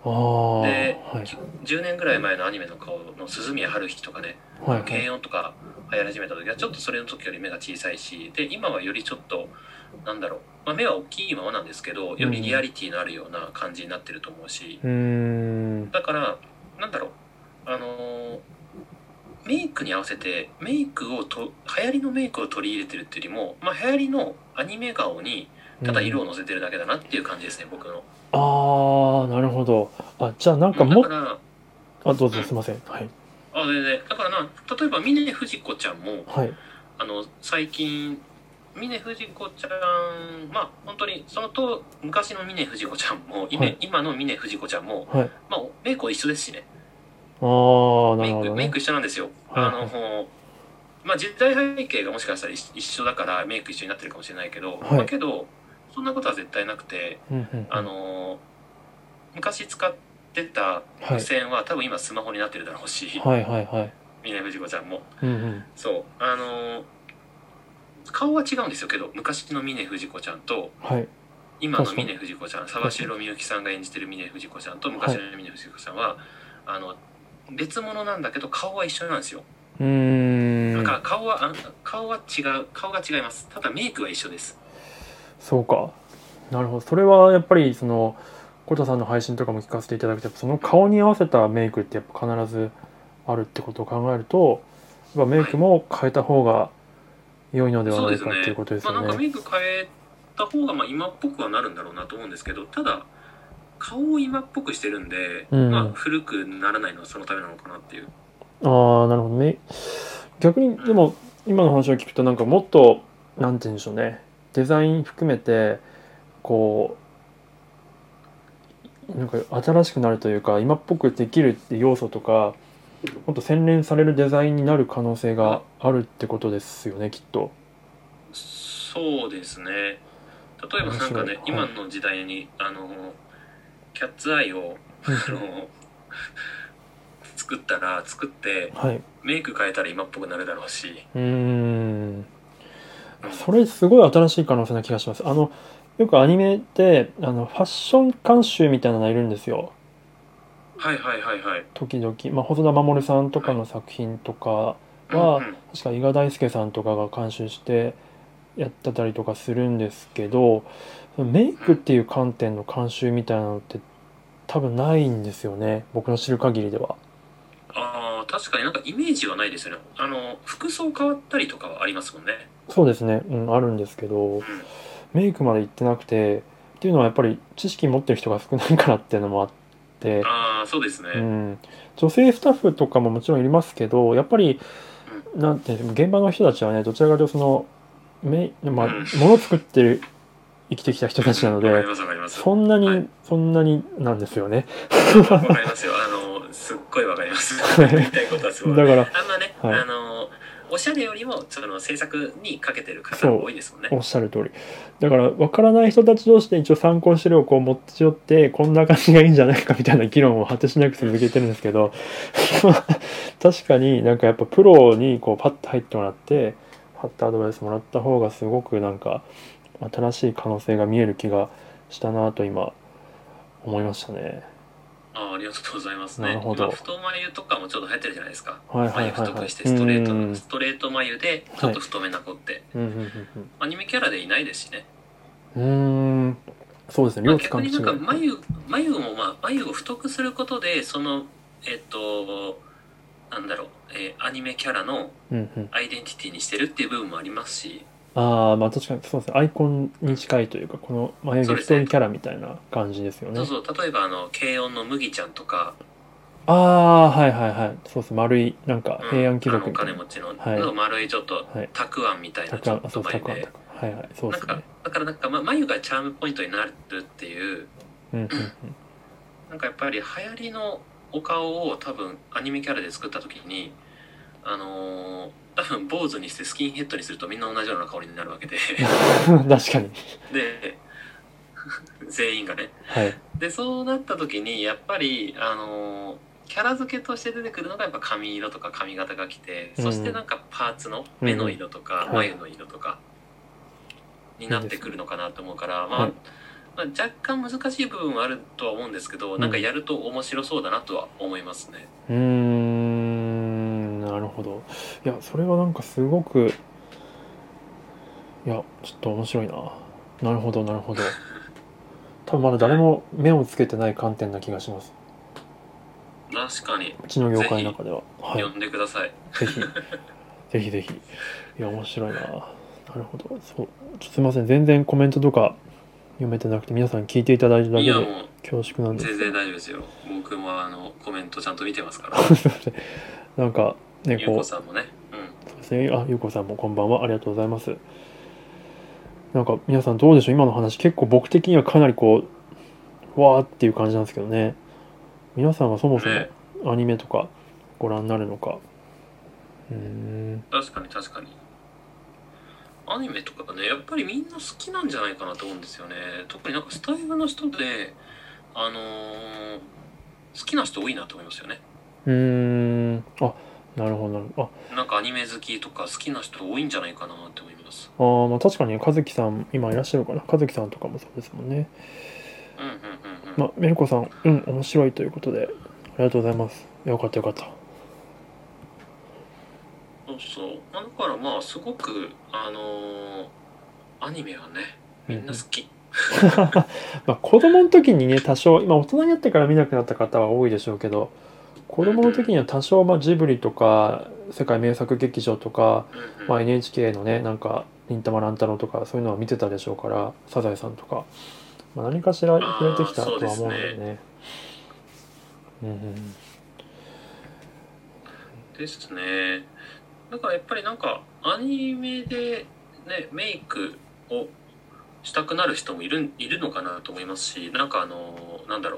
A: ああは
B: で
A: い
B: 10年ぐらい前のアニメの顔の鈴宮春日とかね
A: はいはい
B: 軽音とか流行り始めた時はちょっとそれの時より目が小さいしで今はよりちょっとなんだろう、まあ、目は大きいままなんですけどよりリアリティのあるような感じになってると思うし、
A: うーん
B: だからなんだろうあのーメイクに合わせてメイクをと流行りのメイクを取り入れてるっていうよりも、まあ、流行りのアニメ顔にただ色を
A: うん
B: のせてるだけだなっていう感じですね、僕の
A: ああなるほどあじゃあなんかも
B: だから
A: あどうぞすいませんはい
B: あ全然だからな例えば峰不二子ちゃんも
A: はい
B: あの最近峰不二子ちゃんまあ本当にそのと昔の峰不二子ちゃんも、今
A: はい
B: 今の峰不二子ちゃんも、
A: はい
B: まあ、メイクは一緒ですしね
A: ああなる
B: メイ
A: ほ
B: ク
A: ど
B: メイ
A: ね
B: ク一緒なんですよ。
A: はい
B: あのまあ、実体背景がもしかしたら一一緒だからメイク一緒になってるかもしれないけ
A: は
B: ど、
A: い
B: まあけどそんなことは絶対なくて、
A: うんうんうん
B: あの昔使ってた
A: は
B: 付
A: い
B: 箋は、多分今スマホになってるだろうし、
A: はいはいはい
B: 峰藤子ちゃんも
A: うんうん
B: そうあの顔は違うんですよけど昔の峰藤子ちゃんと
A: はい
B: 今の
A: 確かに
B: 峰藤子ちゃん沢城みゆきさんが演じてる峰藤子ちゃんと昔の峰藤子さんは、あの別物なんだけど顔は一緒なんですよ。
A: うー
B: だから
A: ん
B: 顔はあ顔は違う顔が違いますただメイクは一緒です
A: そうかなるほどそれはやっぱりそのコタさんの配信とかも聞かせていただくとやっぱその顔に合わせたメイクってやっぱ必ずあるってことを考えるとやっぱメイクも変えた方が良いのでは
B: そう
A: な
B: で
A: い
B: す
A: かっていうことです
B: まあ
A: よ
B: なんか
A: ね。
B: メイク変えた方がまあ今っぽくはなるんだろうなと思うんですけどただ顔を今っぽくしてるんで、
A: うん
B: まあ、古くならないのはそのためなのかなっていう
A: ああなるほどね。逆にでも今の話を聞くとなんかもっとなんて言うんでしょうねデザイン含めてこうなんか新しくなるというか今っぽくできるって要素とかもっと洗練されるデザインになる可能性があるってことですよねきっと。
B: そうですね例えばなんかね、
A: 面白い
B: 今の時代にあのキャッツアイをあの作ったら作って
A: はい、う
B: メイク変えたら今っぽくなるだろうし
A: ーん
B: うん
A: それすごい新しい可能性な気がします。あの、よくアニメで、あの、ファッション監修みたいなのがいるんですよ。
B: はいはいはいはい。
A: 時々。まあ、細田守さんとかの作品とか、は
B: うんうん
A: 確か伊賀大輔さんとかが監修してやってたりとかするんですけど、そのメイクっていう観点の監修みたいなのって多分ないんですよね。僕の知る限りでは。
B: ああ、確かになんかイメージはないですよね。あの、服装変わったりとかはありますもんね。
A: そうですね。うん、あるんですけど
B: う、ん。
A: メイクまで行ってなくて、っていうのはやっぱり知識持ってる人が少ないからっていうのもあって、
B: ああ、そうですね。
A: う
B: うん
A: ん、女性スタッフとかももちろんいますけどやっぱりなんていうの現場の人たちはねどちらかというとそのめ、まあ
B: うん、
A: 物作ってる生きてきた人たちなの
B: わかり
A: で
B: ますわかります。
A: そんなに、
B: はい
A: そんなになんですよね
B: わかりますよ。あの、すっごいわかります。
A: はい
B: 言いたいことはすご
A: だ
B: い。
A: から
B: あんまね、
A: はい
B: あの、おしゃれよりも、その制作にかけてる方が多いですもんね。
A: おっしゃる通りだから分からない人たち同士で一応参考資料をこう持って寄ってこんな感じがいいんじゃないかみたいな議論を果てしなく続けてるんですけど 確かになんかやっぱプロにこうパッと入ってもらってパッとアドバイスもらった方がすごくなんか新しい可能性が見える気がしたなと今思いましたね。
B: ああ、ありがとうございますね。
A: なるほど
B: 今太眉とかもちょっと流行ってるじゃないですか。
A: はいはいはい
B: 眉
A: は
B: 太
A: い
B: くしてストレート
A: うんうんうん
B: な、ストレート眉で、ちょっと太めな子って、
A: うんうんうん
B: アニメキャラでいないですしね。
A: うんうーんそうですね
B: まあ
A: 両津
B: 逆
A: 勘違
B: に
A: い
B: なんか眉眉もまあ眉を太くすることでそのえっとなんだろう、えーアニメキャラの
A: うんうん
B: アイデンティティにしてるっていう部分もありますし
A: ああまあ確かにそうですねアイコンに近いというかこの眉毛太いキャラみたいな感じですよね
B: そうそう例えばあの軽音の麦ちゃんとか、
A: ああはいはいはいそうです丸いなんか
B: うん
A: 平安貴族
B: あのお
A: みたい
B: 金
A: な、
B: 持ちの、
A: はい
B: の丸いちょっと
A: はい
B: たくあんみたい
A: た
B: な
A: く
B: ち
A: あ
B: ょ
A: ん
B: っ
A: あそ
B: と
A: うですた
B: 眉
A: くあん
B: で
A: とかはいはいそうで
B: なん
A: す
B: か
A: ね
B: だからなんか、まあ、眉がチャームポイントになるっていう
A: うんうん
B: なんかやっぱり流行りのお顔を多分アニメキャラで作った時にあのー多分坊主にしてスキンヘッドにするとみんな同じような顔になるわ けで
A: うん確かに
B: で全員がね
A: はい
B: でそうなった時にやっぱりあのーキャラ付けとして出てくるのがやっぱ髪色とか髪型が来て、
A: うん
B: そしてなんかパーツの目の色とか
A: うんはい
B: 眉の色とかになってくるのかなと思うから、まあ
A: はい
B: まあ、若干難しい部分はあるとは思うんですけど、
A: うん
B: なんかやると面白そうだなとは思いますね。
A: うーんなるほどいやそれはなんかすごくいやちょっと面白いななるほどなるほ ど多分まだ誰も目をつけてない観点な気がします
B: 確かに、
A: うちの業界の中でははい
B: 呼んでください。
A: ぜひ、ぜひぜひ。いや、面白いな。なるほど。そう。ちょすいません。全然コメントとか読めてなくて、皆さん聞いていただいただ
B: い
A: けで
B: やもう
A: 恐縮なんです
B: 全然大丈夫ですよ。僕もあのコメントちゃんと見てますから。
A: すいませんなんか、ね、
B: ゆう
A: こ
B: こ
A: う、
B: さんもね。
A: そうですね。あ、ゆうこさんもこんばんは。ありがとうございます。なんか、皆さんどうでしょう今の話、結構僕的にはかなりこう、わーっていう感じなんですけどね。皆さんはそも
B: うん。
A: そ
B: ね、
A: もアニメとかご覧になるのか。うーん。
B: 確かに確かに。アニメとかね、やっぱりみんな好きなんじゃないかなと思うんですよね。特になんかスタイルの人で、あのー好きな人多いなと思いますよね。
A: うーん。あ、なるほど、なるほど。あ、
B: なんかアニメ好きとか好きな人多いんじゃないかなって思います。
A: あーまあ確かに和樹さん今いらっしゃるかな和樹さんとかもそうですもんね
B: うんうんうんうん。
A: まあメルコさんうん面白いということでありがとうございますよかったよかった
B: そうそう。だからまあ、すごく、あのーアニメはね、みんな好き。
A: まあ子供の時にね多少今大人になってから見なくなった方は多いでしょうけど子供の時には多少まあジブリとか世界名作劇場とか、
B: うんうん
A: まあ、NHK のねなんか「忍たま乱太郎」とかそういうのは見てたでしょうから「サザエさん」とか、まあ、何かしら触れてきたとは思うのでねうんうん
B: ですねだからやっぱりなんかアニメで、ね、メイクをしたくなる人もいるいるのかなと思いますしなんかあのなんだろ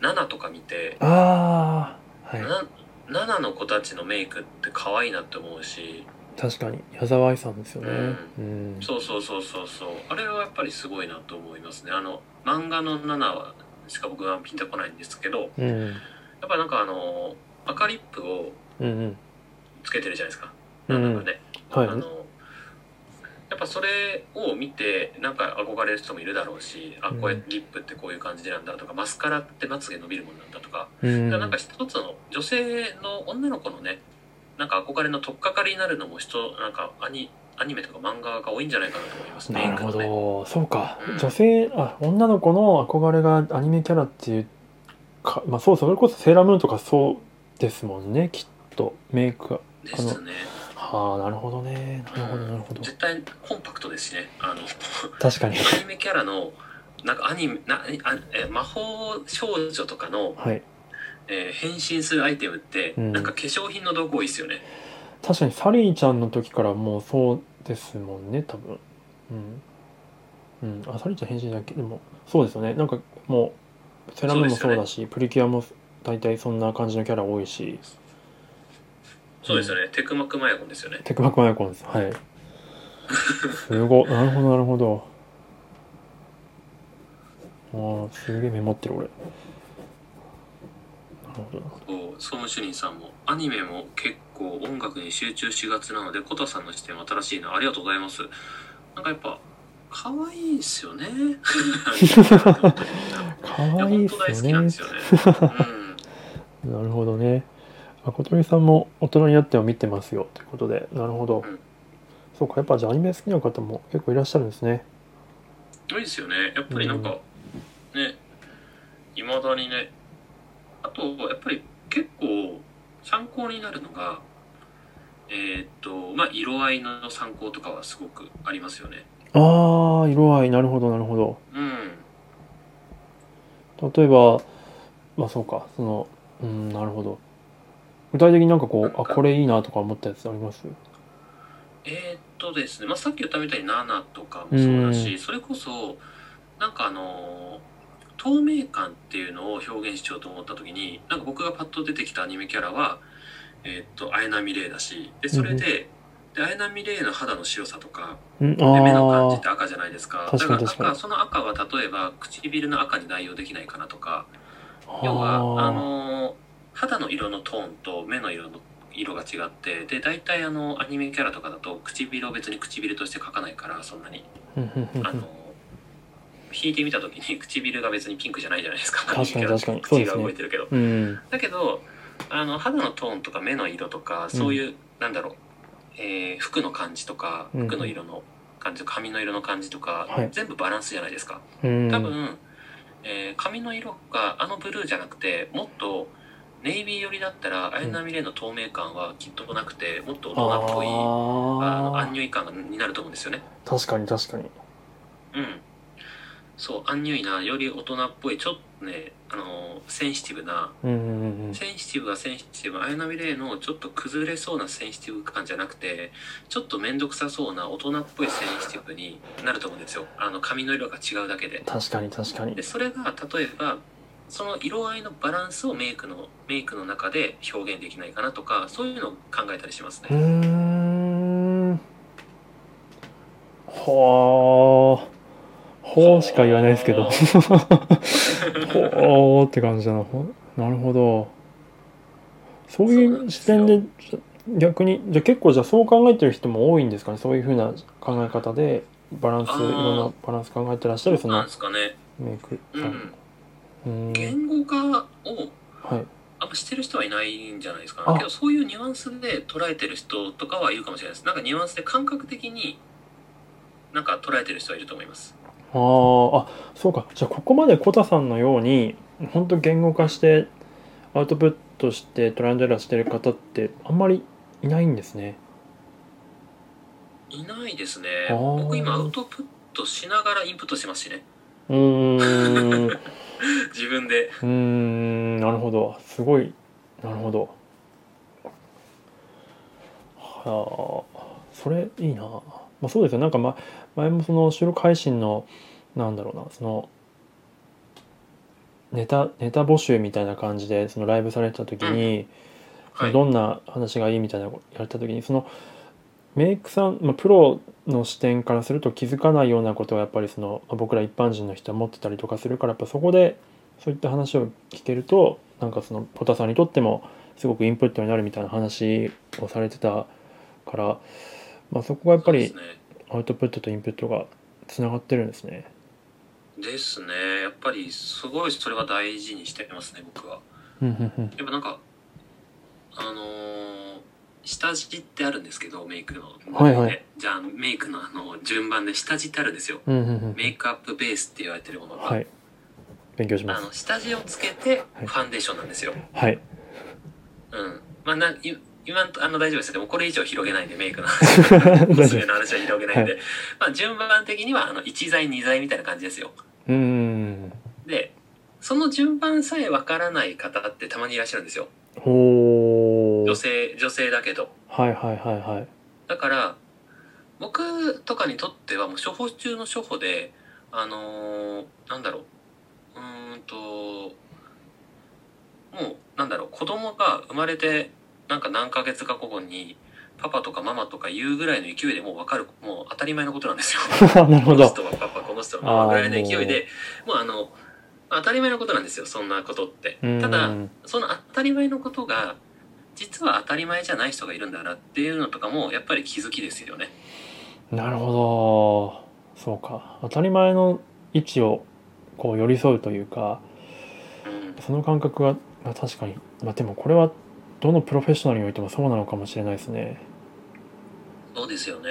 B: う7とか見て、
A: ああはい
B: な7の子たちのメイクって可愛いなって思うし
A: 確かに矢沢愛さんですよねうん
B: そうそうそうそうそうあれはやっぱりすごいなと思いますねあの漫画の7はしか僕はピンとこないんですけどや
A: うんうん
B: っぱなんかあの赤リップを
A: うん
B: つけてるじゃないですか
A: う
B: 7
A: ん
B: がね、
A: はい
B: あのややっぱそれを見てなんか憧れる人もいるだろうしあ
A: うん
B: こうやってリップってこういう感じなんだとかマスカラってまつげ伸びるもんなんだとか
A: うん
B: だからなんか一つの女性の女の子のねなんか憧れの取っかかりになるのも人なんかアニアニメとか漫画が多いんじゃないかなと思いますね。
A: なるほ
B: ね
A: ど、そうか、
B: うん
A: 女性あ女の子の憧れがアニメキャラっていうかまあそうそれこそセーラームーンとかそうですもんねきっとメイクが
B: ですね。
A: はあなるほどねなるほどなるほど
B: 絶対コンパクトですしね。あの
A: 確かに
B: アニメキャラのなんかアニメなあえ魔法少女とかの、
A: はい
B: えー変身するアイテムって、
A: うん
B: なんか化粧品の道具多いですよね。
A: 確かにサリーちゃんの時からもうそうですもんね多分うん、うん、あサリーちゃん変身だっけでもそうですよねなんかもうセーラームーンもそうだしプリキュアも大体そんな感じのキャラ多いし
B: そうですよね。テクマクマヤコンですよね。
A: テクマクマイコンです。はい。すごい。なるほど、なるほど。ああ、すげえメモってる、俺。なるほどな。
B: こう総務主任さんもアニメも結構音楽に集中しがちなのでコタさんの視点は新しいなありがとうございますなんかやっぱ可愛 いですよね
A: かわいいっ
B: いや本当大好
A: す
B: きな
A: よ
B: ん
A: ね
B: で。すよね、うん、
A: なるほどね。あ、小鳥さんも大人になっては見てますよ。ということで、なるほど。
B: うん
A: そうか、やっぱじゃあアニメ好きな方も結構いらっしゃるんですね。
B: 多いですよねやっぱりなんか、ねいまだにねあとやっぱり結構参考になるのがえーっとまあ色合いの参考とかはすごくありますよね
A: ああ、色合い、なるほど、なるほど。
B: うん
A: 例えばまあそうかそのうんなるほど具体的になんかこ
B: な
A: うん
B: か
A: あこれいいなとか思ったやつあります
B: えーっとですね、まあ、さっき言ったみたいに7とかもそうだし、それこそなんかあのー透明感っていうのを表現しようと思った時になんか僕がパッと出てきたアニメキャラは、えーっと綾波レイだしでそれで,、で綾波レイの肌の白さとか
A: うん
B: で目の感じ
A: あ
B: って赤じゃないですか
A: 確
B: だ
A: かに
B: から
A: 確か
B: 赤
A: に
B: その赤は例えば唇の赤に代用できないかなとか
A: あ
B: 要はあ
A: あ
B: のー肌の色のトーンと目の色の色が違ってで大体あのアニメキャラとかだと唇を別に唇として描かないからそんなに、
A: ーうんうんうん
B: あ
A: う
B: のー
A: ん
B: 引いてみた時に 唇が別にピンクじゃないじゃないですか
A: 確かに
B: アニメキャラって
A: 確かにそうですね
B: 口が動いてるけど、
A: うん
B: だけどあの肌のトーンとか目の色とかそういう、なんだろう、えー服の感じとか
A: うん
B: 服の色の感じとか髪の色の感じとか、
A: はい
B: 全部バランスじゃないですか。
A: うん
B: 多分、えー髪の色があのブルーじゃなくてもっとネイビー寄りだったらアイナ・ミレイの透明感はきっとなくてもっと大人っぽいあの
A: あ
B: アンニュイ感になると思うんですよね。
A: あ確かに確かに
B: うんそうアンニュイなより大人っぽいちょっとねあのセンシティブな
A: うんうんうんうん
B: センシティブはセンシティブアイナ・ミレイのちょっと崩れそうなセンシティブ感じゃなくてちょっと面倒くさそうな大人っぽいセンシティブになると思うんですよあの髪の色が違うだけで。
A: 確かに確かに
B: でそれが例えばその色合いのバランスをメイクのメイクの中で表現できないかなとかそういうのを考えたりします
A: うー
B: ね。
A: んはあほうしか言わないです けどほーって感じだなほなるほどそう
B: そうないん
A: う
B: で
A: 視
B: すよ
A: 点でじゃ逆にじゃあ結構じゃあそう考えてる人も多いんですかねそういうふうな考え方でバランスい
B: あー
A: ろんなバランス考えてらっしゃるそ
B: なん
A: の
B: ですかね。
A: メイク
B: う
A: さん
B: ん、
A: うーん
B: 言語化を
A: はい
B: あんましてる人はいないんじゃないですか
A: あ
B: ね。けどそういうニュアンスで捉えてる人とかはいるかもしれないです。なんかニュアンスで感覚的になんか捉えてる人はいると思います。
A: あーあそうかじゃあここまでコタさんのように本当言語化してアウトプットしてトライアンドエラーしてる方ってあんまりいないんですね
B: いないですね
A: あ。ー
B: 僕今アウトプットしながらインプットしてますしね。
A: うー ん
B: 自分で。
A: うーんなるほどすごいなるほどはあそれいいな、まあ、そうですよなんか、ま、前もその収録配信のなんだろうなそのネタネタ募集みたいな感じでそのライブされてた時に、
B: はい。
A: どんな話がいいみたいなことやった時にそのメイクさん、まあ、プロの視点からすると気づかないようなことをやっぱりそのまあ僕ら一般人の人は持ってたりとかするからやっぱそこでそういった話を聞けるとなんかそのポタさんにとってもすごくインプットになるみたいな話をされてたから、まあ、そこがやっぱり
B: そうですね
A: アウトプットとインプットがつながってるんですね。
B: ですねやっぱりすごいそれは大事にしてますね僕は
A: うんうんうん
B: やっぱなんかあのー下地ってあるんですけどメイクの
A: はいはい
B: じゃあメイクのあの順番で下地ってあるんですよ
A: うんうんうん
B: メイクアップベースって言われてるものが、
A: はい。勉強しま
B: あ
A: す
B: の。下地をつけて
A: はい
B: ファンデーションなんですよ、
A: はい。
B: うんまあない今んとあの大丈夫ですでもこれ以上広げないんでメイクの
A: 大
B: おす
A: 丈
B: すめ
A: 夫。
B: の話は広げないんで、まあ順番的にはあの1剤2剤みたいな感じですよ
A: うんうん
B: でその順番さえわからない方ってたまにいらっしゃるんですよ
A: うん。ほ
B: 女
A: ー。
B: 性女性だけど
A: はいはいはいはい。
B: だから僕とかにとってはもう処方中の処方であのーなんだろううーんともうなんだろう子供が生まれてなんか何ヶ月か後にパパとかママとか言うぐらいの勢いでもう分かるもう当たり前のことなんですよ。
A: なるほ
B: この
A: ど。
B: 人はパパこの人はママぐらいの勢いでもうあの当たり前のことなんですよそんなことって。
A: うん
B: ただその当たり前のことが実は当たり前じゃない人がいるんだなっていうのとかもやっぱり気づきですよね。
A: なるほど。そうか。当たり前の位置をこう寄り添うというか、
B: うん、
A: その感覚は、まあ、確かに、まあ、でもこれはどのプロフェッショナルにおいてもそうなのかもしれないですね。
B: そうですよね。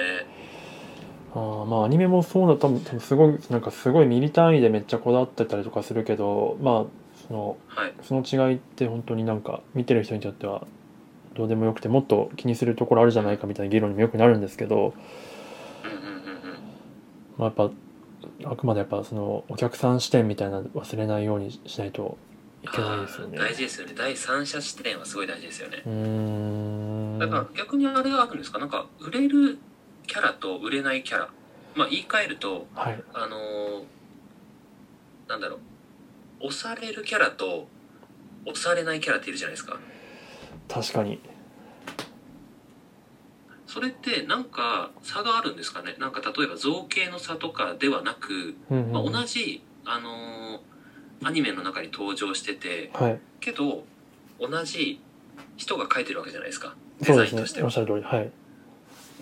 A: あーまあアニメもそうだ多分多分すごいなんかすごいミリ単位でめっちゃこだわってたりとかするけどまあその
B: はい。
A: その違いって本当になんか見てる人にとってはどうでもよくてもっと気にするところあるじゃないかみたいな議論にもよくなるんですけど、
B: うんうんうん
A: まあ、やっぱあくまでやっぱそのお客さん視点みたいなの忘れないようにしないといけないですよ
B: うん。
A: ね。
B: 大事ですよね。第三者視点はすごい大事ですよね。
A: うーん
B: だから逆にあれがあるんですかなんか売れるキャラと売れないキャラ。まあ言い換えると、
A: はい
B: あのーなんだろう。押されるキャラと押されないキャラっているじゃないですか。
A: 確かに
B: それってなんか差があるんですかねなんか例えば造形の差とかではなく、
A: うんうん
B: まあ、
A: うん
B: 同じ、あのーアニメの中に登場してて
A: はい
B: けど同じ人が描いてるわけじゃないですかデ
A: そう
B: ザ
A: で
B: インとし
A: す
B: て
A: ねお
B: は
A: っしゃる通りはい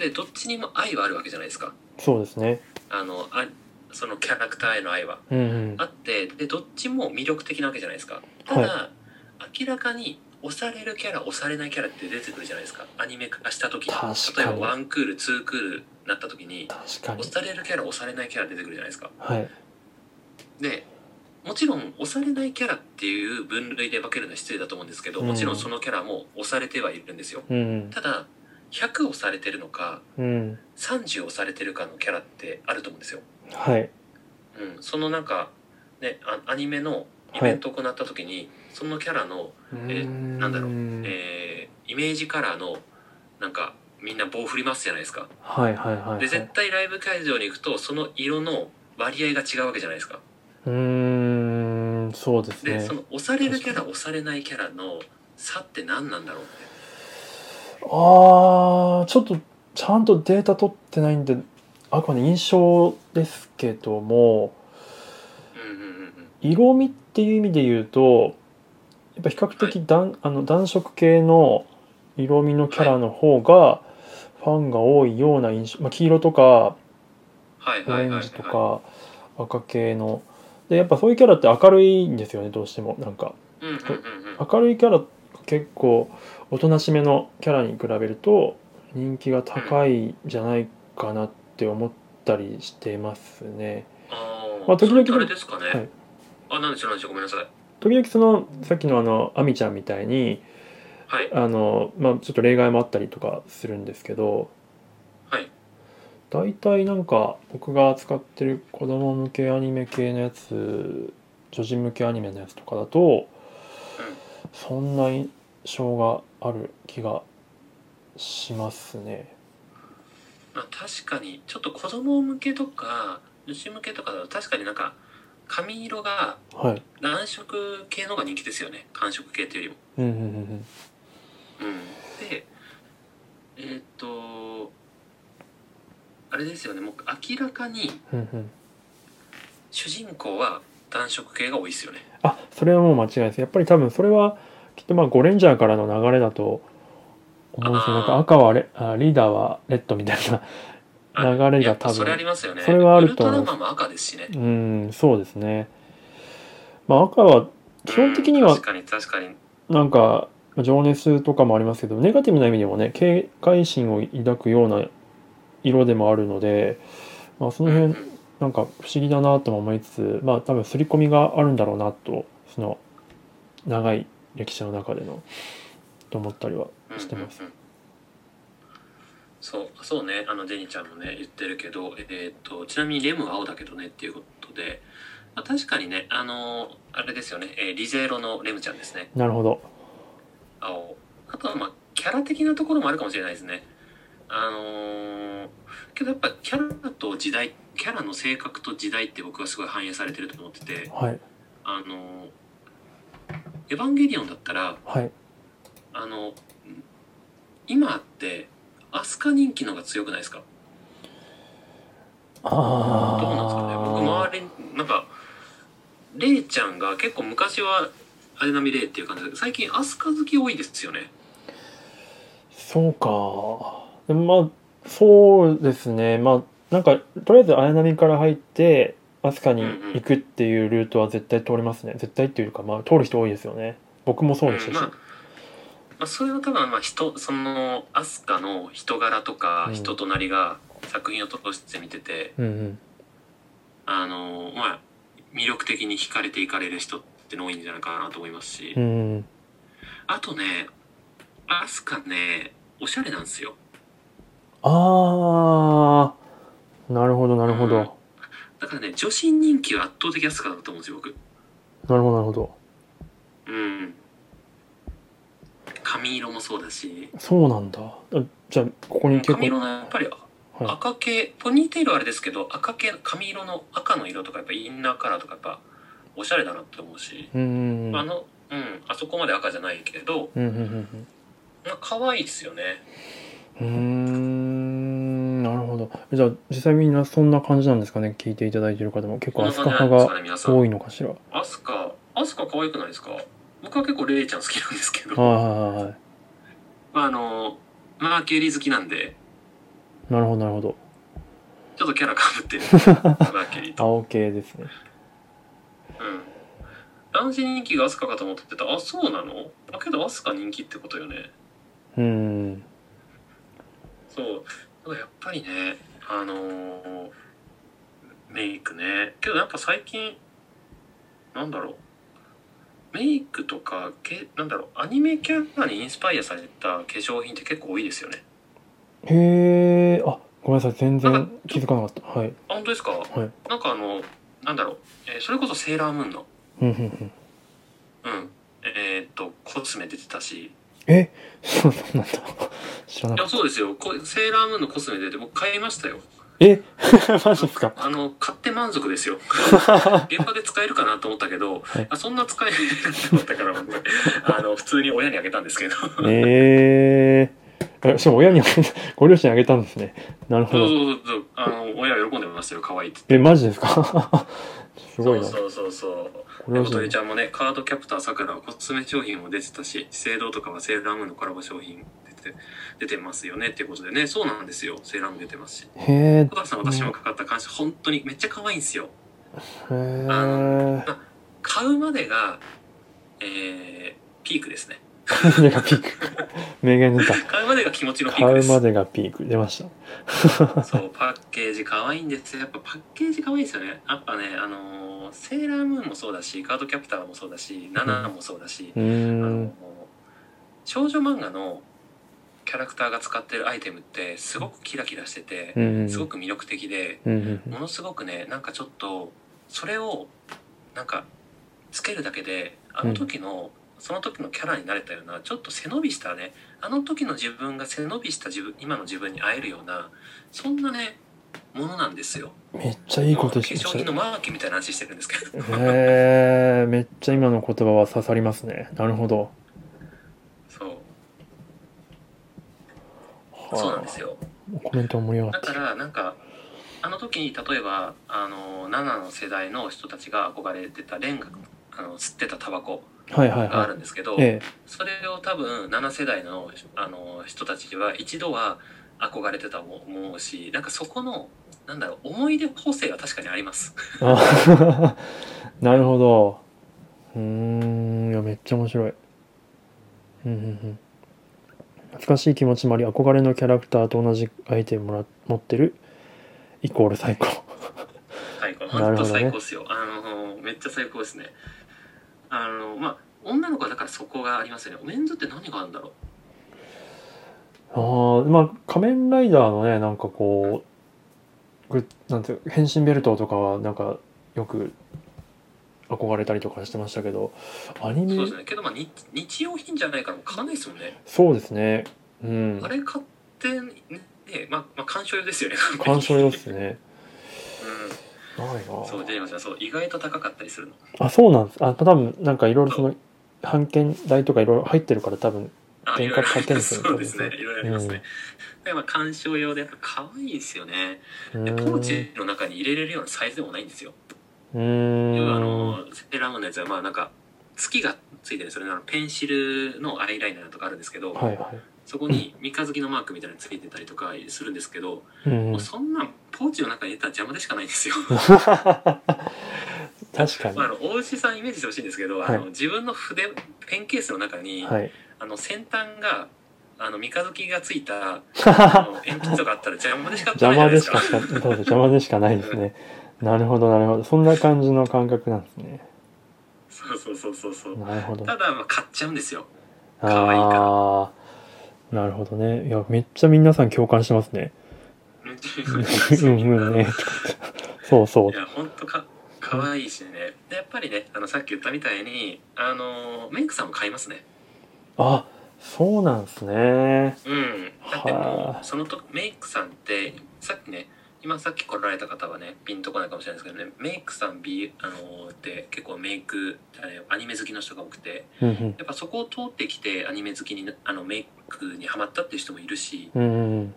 B: でどっちにも愛はあるわけじゃないですか
A: そうですね
B: あのあそのキャラクターへの愛は
A: うんうん
B: あってでどっちも魅力的なわけじゃないですかただ、明らかに押されるキャラ押されないキャラって出てくるじゃないですかアニメ化した時
A: 確
B: 例え
A: か
B: ば
A: に
B: ワンクールツークールになった時に
A: 確かに
B: 押されるキャラ押されないキャラ出てくるじゃないですか
A: はい
B: でもちろん押されないキャラっていう分類で分けるのは失礼だと思うんですけど
A: うん
B: もちろんそのキャラも押されてはいるんですよ
A: うん
B: ただ100押されてるのか
A: うん
B: 30押されてるかのキャラってあると思うんですよ、
A: はい
B: うん、そのなんか、ね、あアニメのイベントを行った時に、そのキャラの、ーなんだろう
A: う
B: えーイメージカラーのなんかみんな棒振りますじゃないですか
A: はいはいはいはい
B: で絶対ライブ会場に行くとその色の割合が違うわけじゃないですか
A: うーんそうです
B: で、
A: ね
B: その押されるキャラ押されないキャラの差って何なんだろうって
A: ああちょっとちゃんとデータ取ってないんであくまで印象ですけども
B: うんうんうん
A: 色味っていう意味で言うとやっぱ比較的暖,、あの暖色系の色味のキャラの方がファンが多いような印象、まあ、黄色とか
B: はい
A: オ
B: はいはい、
A: レ
B: は
A: ン
B: い
A: ジとか赤系のでやっぱそういうキャラって明るいんですよねどうしてもなんか
B: うんうんうんうん
A: 明るいキャラ結構おとなしめのキャラに比べると人気が高いんじゃないかなって思ったりしてますね。
B: あー、
A: まあ時々
B: それあれですかね、
A: はい
B: あなんでしょうなんでしょうごめんなさい
A: 時々そのさっきのあのアミちゃんみたいに
B: はい
A: あの、まあ、ちょっと例外もあったりとかするんですけど
B: はい
A: 大体なんか僕が使ってる子供向けアニメ系のやつ女児向けアニメのやつとかだと、そんな印象がある気がしますね。
B: まあ確かにちょっと子供向けとか主向けとかだと確かになんか髪色が
A: はい
B: 暖色系の方が人気ですよね寒色系というより
A: う
B: も
A: んうんうんうん
B: うんでえーっとあれですよねもう明らかに
A: うんうん
B: 主人公は暖色系が多いですよね
A: あそれはもう間違いないですやっぱり多分それはきっとまあゴレンジャーからの流れだと思うんですよ
B: あー
A: なんか赤はレあリーダーはレッドみたいな流れ
B: や
A: が
B: っぱ
A: 多
B: それあり
A: 分
B: ますよね。
A: それはあると
B: ウル
A: 思う
B: トラマンも赤ですしね。
A: うんそうですねまあ赤は基本的に
B: うん
A: は
B: 確かに確かに。
A: なんかまあ情熱とかもありますけどネガティブな意味でもね警戒心を抱くような色でもあるので、まあ、その
B: うんう
A: 辺
B: ん
A: なんか不思議だなとも思いつつまあ多分刷り込みがあるんだろうなとその長い歴史の中でのと思ったりはしてます。
B: うんうんうんそうそうねあのジェニーちゃんもね言ってるけど、えーっとちなみにレムは青だけどねっていうことで、まあ、確かにねあのーあれですよね、えーリゼロのレムちゃんですね
A: なるほど
B: 青あとはまあキャラ的なところもあるかもしれないですねあのーけどやっぱキャラと時代キャラの性格と時代って僕はすごい反映されてると思ってて
A: はい
B: あのーエヴァンゲリオンだったら
A: はい
B: あの今ってアスカ人気の方が強くないですかどうなんですかね僕
A: あ
B: 周りなんかレイちゃんが結構昔はアレナミレイっていう感じだけど最近アスカ好き多いですよね
A: ーそうかでもまあそうですねまあなんかとりあえず綾波から入って飛鳥に行くっていうルートは絶対通りますね、絶対っていうかまあ通る人多いですよね僕もそうでしたし、
B: んまあまあ、それは多分まあ人そのアスカの人柄とか
A: うん
B: 人となりが作品を通して見てて、
A: うんうん
B: あのまあ魅力的に惹かれていかれる人っての多いんじゃないかなと思いますし、
A: うんうん
B: あとねアスカねおしゃれなんですよ
A: ああなるほどなるほど、
B: うんだからね、女子人気は圧倒的安かだと思うんですよ、僕。
A: なるほどなるほど
B: うん。髪色もそうだし、
A: そうなんだあじゃあここに結
B: 髪
A: 構
B: 色のやっぱり
A: はい
B: 赤系、ポニーテールはあれですけど、赤系、髪色の赤の色とか、やっぱインナーカラーとか、やっぱおしゃれだなって思うし、
A: うんうんうん
B: あの、うん、あそこまで赤じゃないけど、
A: うんうんうんうん
B: まあ、可愛いですよね。
A: うーんなるほどじゃあ実際みんなそんな感じなんですかね聞いていただいてる方も結構
B: こん
A: ア
B: な
A: スカ
B: 感じなん
A: 派
B: ですか
A: が
B: ね、皆さん。
A: 多いのかしらはい
B: アスカ、アスカ可愛くないですか僕は結構レイちゃん好きなんですけど、
A: はいはいはい
B: まあ、あの、マーキュリー好きなんで、
A: なるほどなるほど
B: ちょっとキャラ 被ってる。マーキュリーと。
A: 青系ですね
B: うん男子人気がアスカかと思ってたあそうなのだけどアスカ人気ってことよね
A: うーん
B: そうだからやっぱりねあのーメイクねけどやっぱ最近なんだろうメイクとかけなんだろうアニメキャラにインスパイアされた化粧品って結構多いですよね
A: へえあごめんなさい全
B: なん
A: 然
B: か
A: 気づかなかったはい
B: あ本当ですか、
A: い
B: なんかあのなんだろう、えーそれこそセーラームーンの
A: うんうんうん
B: うんえーっとコスメ出てたし
A: えそうそうなんだ知らないかっ
B: やそうですよこセーラームーンのコスメ出て僕買いましたよ
A: たえ マジですか
B: あの買って満足 ですよ現場で使えるかなと思ったけど、
A: はい
B: あそんな使えると思ったから僕 あの普通に親にあげたんですけどそう
A: ええー、しかも親にあ げたご両親にあげたんですねなるほ
B: そう
A: ど
B: そうそうあの親喜んでましたよ可愛いって
A: えマジですか すごいな
B: そうそうそう
A: こ
B: そ
A: れ
B: うで
A: は
B: 琴恵ちゃんもねカードキャプターさくらはコスメ商品も出てたし資生堂とかはセーラームーンのコラボ商品出て出てますよねっていうことでねそうなんですよセーラームーン出てますし
A: へー
B: 小田さん私もかかった感じ本当にめっちゃ可愛いんですよ
A: へ
B: の
A: ー
B: 買うまでがえー、ピークですね
A: 買うまでがピーク。名言出た。
B: 買うまでが気持ちのピー
A: 買
B: クで
A: う
B: す
A: までがピーク。出ました。
B: そう、パッケージ可愛いんですよ。やっぱパッケージ可愛いですよね。やっぱね、あのーセーラームーンもそうだし、カードキャプターもそうだし、ナナもそうだし、
A: うー
B: あのー
A: ん。
B: 少女漫画のキャラクターが使ってるアイテムって、すごくキラキラしてて
A: う、ん。
B: すごく魅力的で、
A: うんうん
B: ものすごくね、なんかちょっと、それを、なんか、つけるだけで、あの時の、その時のキャラになれたような、ちょっと背伸びしたね、あの時の自分が背伸びした自分、今の自分に会えるような、そんなね、ものなんですよ。
A: うん。めっちゃいいこと
B: 化
A: し
B: 粧品
A: て
B: のマーキみたいな話してるんですけど。
A: へーめっちゃ今の言葉は刺さりますね。なるほど。
B: そう、
A: はあ
B: そうなんですよ。
A: コメントも盛り上が
B: だ
A: っ
B: から、なんか、あの時に例えば、あの、7の世代の人たちが憧れてたレンガ、あの吸ってたタバコ
A: て。はいはい
B: がある
A: は
B: んですけど、
A: い。え
B: それを多分7世代のあの人たちは一度は憧れてたと思うしなんかそこのなんだろう思い出補正は確かにあります
A: あ なるほどうーんいやめっちゃ面白いうんうんうん懐かしい気持ちもあり憧れのキャラクターと同じアイテムもら持ってるイコール最高
B: 最高
A: な
B: 本
A: るほ
B: 当
A: どね
B: 最高っすよ、あのめっちゃ最高ですねあのまあ女の子はだからそこがありますよねメンズって何があるんだろう
A: あー まあ仮面ライダーのねなんかこうグッなんていう変身ベルトとかはなんかよく憧れたりとかしてましたけどアニ
B: そう
A: メ
B: ですねけどまあ日日用品じゃないからもう買わないですもんね、
A: そうですねうん
B: あれ買ってねまあ、まあ、鑑賞用ですよね
A: 鑑賞用ですねない
B: うん、そうジェイ
A: な
B: ムさんそう意外と高かったりするの
A: あそうなんですあ多分なんかいろいろその版権代とかいろいろ入ってるから多分
B: あ
A: 原
B: いろいろ
A: 価買ってんですよね
B: そうですねいろいろありますね、でまあ鑑賞用でやっぱ可愛いですよね
A: う
B: で
A: ーん
B: ポーチの中に入れれるようなサイズでもないんですよ
A: う
B: あ
A: ーん
B: のセーラームーンのやつはまあなんか月がついてるそれのペンシルのアイライナーとかあるんですけど、
A: はいはい
B: そこに三日月のマークみたいなのついてたりとかするんですけど、
A: うんう
B: も
A: ん
B: うそんなんポーチの中に入れたら邪魔でしかないんで すよ。
A: 確かに
B: まあ、あの大牛さんイメージしてほしいんですけど、あ
A: は
B: の自分の筆ペンケースの中に、
A: はい
B: あの先端があの三日月がつい たあ
A: 邪
B: の鉛筆とかあったら邪魔でしかないじゃな
A: 魔
B: いで
A: ですし
B: か
A: か。しかそうです邪魔でしかないですねなるほどなるほどそんな感じの感覚なんですね
B: そうそうそうそうそう。
A: なるほど
B: ただまあ買っちゃうんですよ。可愛いから
A: ああなるほどねいやめっちゃ皆さん共感してます ねうんうんねそうそう
B: いや本当か可愛いしね。でやっぱりねあのさっき言ったみたいにあのメイクさんも買いますね。
A: あそうなんですね
B: うん、だっても
A: はあ
B: うそのとメイクさんってさっきね今さっき来られた方はねピンとこないかもしれないですけどねメイクさん、美あのーって結構メイクあれアニメ好きの人が多くて
A: うんうん
B: やっぱそこを通ってきてアニメ好きになあのメイクにハマったっていう人もいるし
A: うんうん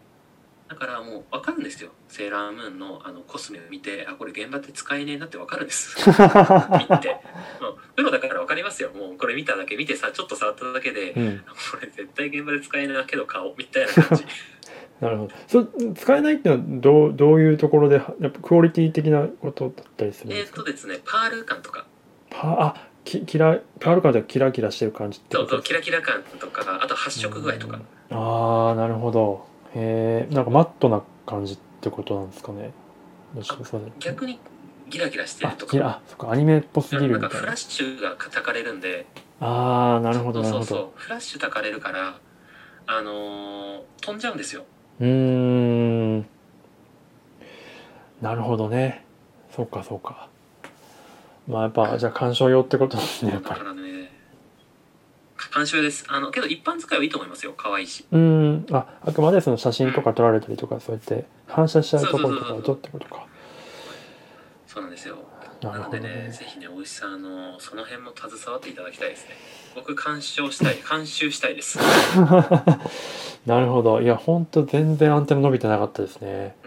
B: だからもう分かるんですよセーラームーンのあのコスメを見てあこれ現場って使えねえなって分かるんです見てうんプロだから分かりますよもうこれ見ただけ見てさちょっと触っただけで
A: うんうん
B: これ絶対現場で使えないけど顔みたいな 感じ
A: なるほどそれ使えないっていうのはどうどういうところでやっぱクオリティ的なことだったりするん
B: え
A: で
B: っ
A: すか、
B: とですね、パール感とか、
A: パーあきキラパールカーでキラキラしてる感じって
B: そ
A: こ
B: うそう、
A: と
B: キラキラ感とか、あと発色具合とか。
A: うんああなるほどへえんかマットな感じってことなんですかねどうしようそうだね
B: 逆にギラギラして
A: あ
B: ると
A: キラ
B: か。
A: あそっかアニメっぽすぎ
B: な
A: る
B: んか
A: みたい
B: フラ
A: な
B: ッシュが叩かれるんで、
A: ああなるほどなる
B: そう
A: ほ
B: そう
A: ど
B: そう、フラッシュ叩かれるから、あのー飛んじゃうんですよ。
A: うーんなるほどねそうかそうかまあやっぱじゃあ鑑賞用ってことですねや
B: だ
A: っぱ
B: か
A: り
B: らね、鑑賞です。あの、けど一般使いはいいと思いますよ、可愛いし。
A: うーんああくまでその写真とか撮られたりとかそうやって反射しちゃうところとかを撮ってことか
B: そうなんですよ。
A: な
B: な
A: る
B: の
A: ほど
B: でね、
A: ね
B: ぜひね、おいしさん、あのーその辺も携わっていただきたいですね。僕、鑑賞したい、監修したいです。
A: なるほどいやほんと全然アンテナ伸びてなかったですね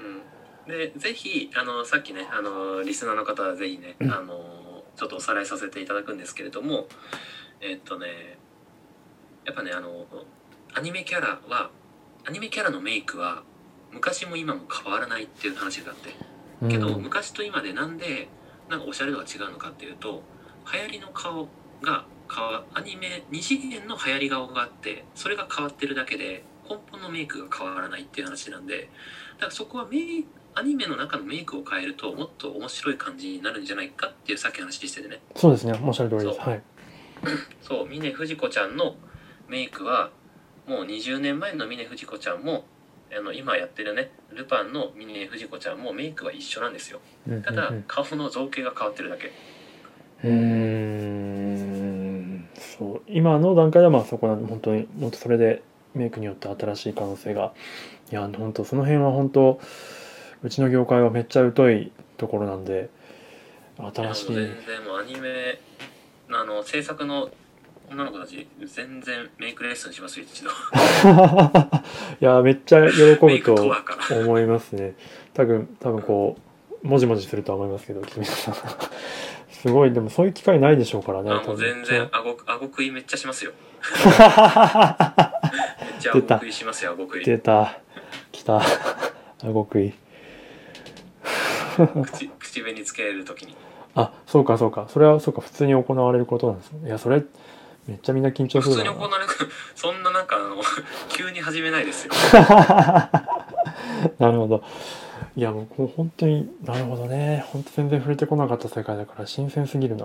B: うんでぜひあのさっきねあのリスナーの方はぜひね、あのちょっとおさらいさせていただくんですけれどもえっとねやっぱねあのアニメキャラはアニメキャラのメイクは昔も今も変わらないっていう話があって
A: うん
B: けど昔と今でなんでなんかおしゃれ度が違うのかっていうと流行りの顔が変わアニメ二次元の流行り顔があってそれが変わってるだけで根本のメイクが変わらないっていう話なんでだからそこはメイアニメの中のメイクを変えるともっと面白い感じになるんじゃないかっていうさっき話しててね
A: そうですねおっしゃる通りです
B: そ
A: はい
B: そう峰不二子ちゃんのメイクはもう20年前の峰不二子ちゃんもあの今やってるねルパンの峰不二子ちゃんもメイクは一緒なんですよただ
A: うんうん
B: 顔の造形が変わってるだけ
A: うんそう今の段階ではまあそこなんで本当にもっとそれでメイクによって新しい可能性がいや本当その辺は本当うちの業界はめっちゃ疎いところなんで新し
B: い
A: い
B: やもう全然もうアニメあの制作の女の子たち全然メイクレッスンしますよ一
A: い
B: 度
A: やめっちゃ喜
B: メイ
A: ぶ
B: クと
A: と
B: はから
A: 思いますね多分多分こうもじもじするとは思いますけど君さんすごいでもそういう機会ないでしょうからね
B: あもう全然 顎顎食いめっちゃしますよめっちゃ顎
A: 出た
B: 食いしますよ顎食い
A: 出た来きた。顎食い。
B: 口口紅つけるときに
A: あ、そうかそうか。それはそうか。普通に行われることなんですね。いや、それ、めっちゃみんな緊張
B: 普
A: する
B: 通
A: だ
B: に
A: ろ
B: 行
A: うな
B: われるそんななんかあの 急に始めないですよ
A: なるほど。いやもうこう本当になるほどね。本当全然触れてこなかった世界だから新鮮すぎるな。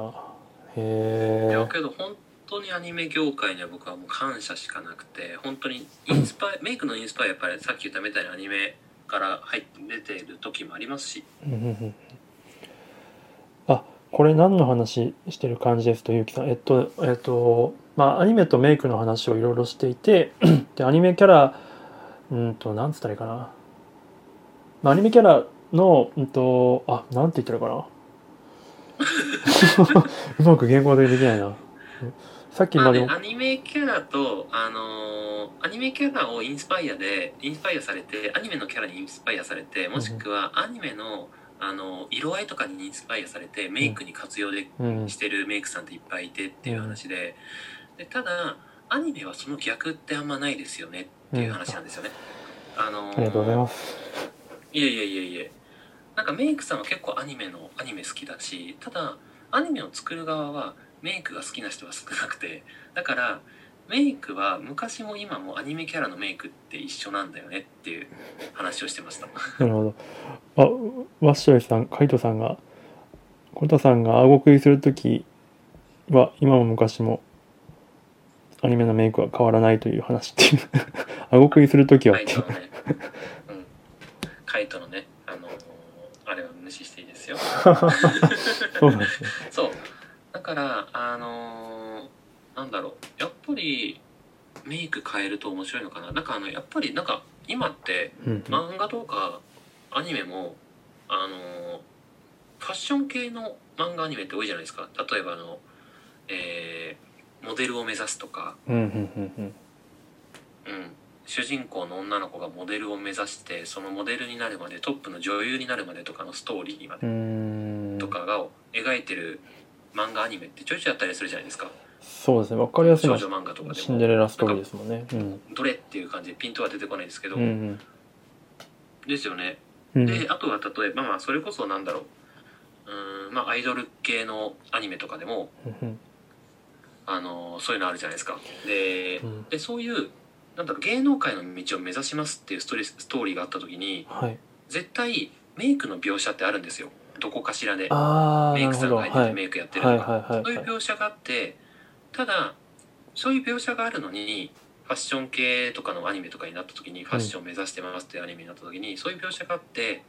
B: い
A: へ
B: や
A: え。
B: けど本当にアニメ業界には僕はもう感謝しかなくて本当にインスパイメイクのインスパイアやっぱりさっき言ったみたいにアニメから入って出てる時もありますし
A: うんうんうんあこれ何の話してる感じですとゆうきさん。えっとえっとまあアニメとメイクの話をいろいろしていて でアニメキャラうんとなんつったらいいかな。まあアニメキャラのうんとあなんて言ったらいいか な。 うまく言語でできないな。さっき
B: ま
A: ま
B: あ
A: で
B: ね、アニメキャラと、あのーアニメキャラをインスパイアで、インスパイアされて、アニメのキャラにインスパイアされて、もしくはアニメの、あのー色合いとかにインスパイアされて、メイクに活用で
A: うん
B: してるメイクさんっていっぱいいてっていう話で、でただ、アニメはその逆ってあんまないですよねっていう話なんですよね。あのー
A: ありがとうございます。
B: いえいえいえいえなんかメイクさんは結構アニメのアニメ好きだしただアニメを作る側はメイクが好きな人は少なくてだからメイクは昔も今もアニメキャラのメイクって一緒なんだよねっていう話をしてました
A: なるほど。あ、ワッショイさん、カイトさんが、コタさんが顎食いするときは、今も昔も、アニメのメイクは変わらないという話っていう。 顎食いするときは
B: カ
A: っ
B: イ
A: てい
B: ト
A: う
B: の。ね、うん、カイトのねあのーあれは無視していいですよ
A: そうなんですね。
B: そうだからあのーなんだろうやっぱりメイク変えると面白いのかななんかあのやっぱりなんか今って
A: うん
B: 漫画とかアニメもあのファッション系の漫画アニメって多いじゃないですか例えばあの、えーモデルを目指すとか、
A: うん。うんうんうん
B: うん、主人公の女の子がモデルを目指してそのモデルになるまでトップの女優になるまでとかのストーリーま
A: う
B: で
A: ん。うーん
B: と。かを描いてる漫画アニメってちょいちょいあったりするじゃないですか
A: そうですね。わかりやすい
B: 少
A: の
B: 女
A: は
B: 漫画とかで
A: シンデ
B: も
A: レラストーリーですもんね。うん。
B: どれっていう感じでピントは出てこないですけど、
A: うんうん。
B: ですよね
A: うん
B: であとは例えばまあそれこそなんだろううーんまあアイドル系のアニメとかでも、
A: うん
B: あのそういうのあるじゃないですかで
A: うん。
B: でそういうなんだろう芸能界の道を目指しますっていうストレスストーリーがあった時に
A: はい。
B: 絶対メイクの描写ってあるんですよどこかしらで
A: あー、
B: メイ
A: なる
B: クさ
A: ほ
B: んが
A: ど。はい。はい
B: 入っててメイクやってると
A: は
B: か、
A: いはい
B: そうい
A: は
B: う
A: い。
B: 描写があってただそういう描写があるのにファッション系とかのアニメとかになった時にファッションを目指してますっていうアニメになった時に、そういう描写があって、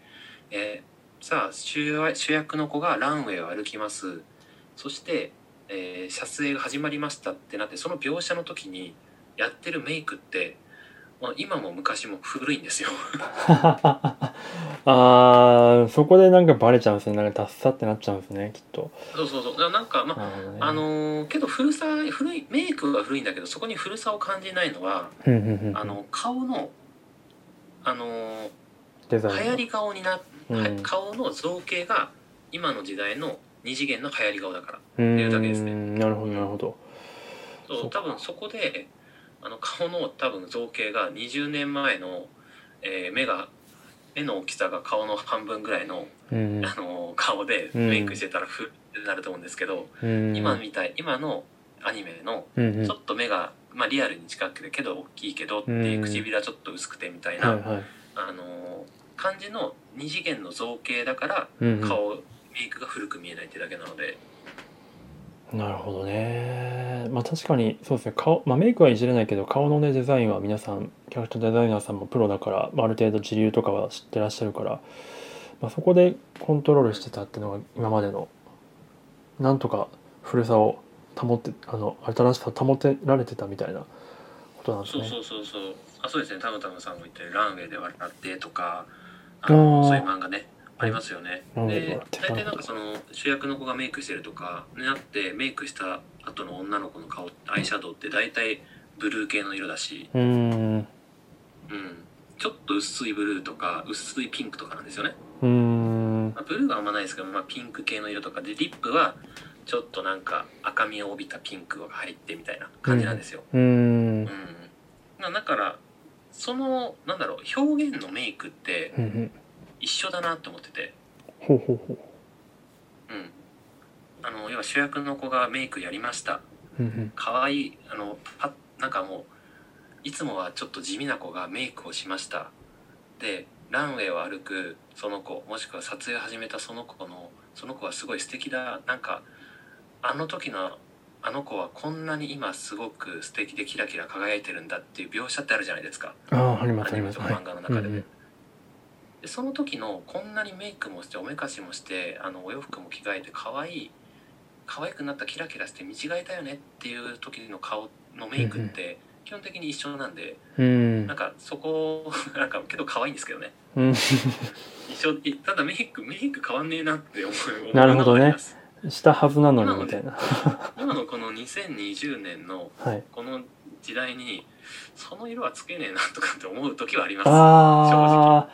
B: えーさあ主役主役の子がランウェイを歩きますそして、えー撮影が始まりましたってなってその描写の時にやってるメイクって、まあ、今も昔も古いんですよ。
A: ああそこでなんかバレちゃうんですねなんかダッサってなっちゃうんですねきっと
B: そうそうそうなんか、まあ
A: なるほどね
B: あのーけど古さ古いメイクは古いんだけどそこに古さを感じないのは
A: うんうんうん
B: あの顔のあの
A: デザ
B: 流
A: イン
B: 行り顔にな、は
A: うん
B: 顔の造形が今の時代の二次元の流行り顔だから
A: うん
B: ていうだけですね
A: なるほどなるほど
B: そう
A: そうか
B: 多分そこであの顔の多分造形が20年前の、えー目が目の大きさが顔の半分ぐらいの、
A: うん
B: あの顔で
A: うん
B: メイクしてたらふってなると思うんですけど、
A: うん
B: 今みたい今のアニメの
A: うんうん
B: ちょっと目が、まあ、リアルに近くてけど大きいけどってい
A: う
B: う
A: ん
B: 唇はちょっと薄くてみたいな、
A: はいはい
B: あのー感じの二次元の造形だから
A: うんうん
B: 顔、メイクが古く見えないってだけなので
A: なるほどねまあ確かにそうですね顔、まあ、メイクはいじれないけど顔のねデザインは皆さんキャラクターデザイナーさんもプロだから、まあ、ある程度自流とかは知ってらっしゃるから、まあ、そこでコントロールしてたっていうのが今までのなんとか古さを保ってあの新しさを保てられてたみたいなことなんです
B: そう
A: ね。
B: そうそうそうあそうですねタムタムさんも言ってる「ランウェイで笑って」とか
A: あ
B: あ
A: ー
B: のそういう漫画ねありますよね
A: ランウェイで
B: で
A: 笑って
B: 大体なんかその主役の子がメイクしてるとかになってメイクした後の女の子の顔アイシャドウって大体ブルー系の色だし、
A: うーんう
B: うん、ちょっと薄いブルーとか薄いピンクとかなんですよね
A: ーん
B: まあブルーはあんまないですけど、まあ、ピンク系の色とかでリップはちょっとなんか赤みを帯びたピンクが入ってみたいな感じなんですよ。
A: うーん
B: うんまあだからそのなんだろう表現のメイクって
A: うんうん
B: 一緒だなって思ってて、
A: ほうほうほう
B: うん、あの要は主役の子がメイクやりました
A: うんうん
B: 可愛いあのパなんかもういつもはちょっと地味な子がメイクをしましたでランウェイを歩くその子もしくは撮影を始めたその子のその子はすごい素敵だなんかあの時のあの子はこんなに今すごく素敵でキラキラ輝いてるんだっていう描写ってあるじゃないですか
A: あああります
B: ア
A: あり
B: ニ
A: ま
B: メ
A: す
B: と
A: は
B: か
A: い
B: 漫画の
A: うんう
B: 中でも
A: ん
B: でその時のこんなにメイクもしておめかしもしてあのお洋服も着替えて可愛い可愛くなったキラキラして見違えたよねっていう時の顔のメイクって基本的に一緒なんで、
A: うん
B: なんかそこ なんかけど可愛いんですけどね
A: うん
B: 一緒いただメイクメイク変わんねえなって思う
A: なるほどね
B: 思います
A: したはずなのにみたいな
B: 今のこの2020年の
A: はい
B: この時代にその色はつけねえなとかって思う時はあります、うん、
A: ああ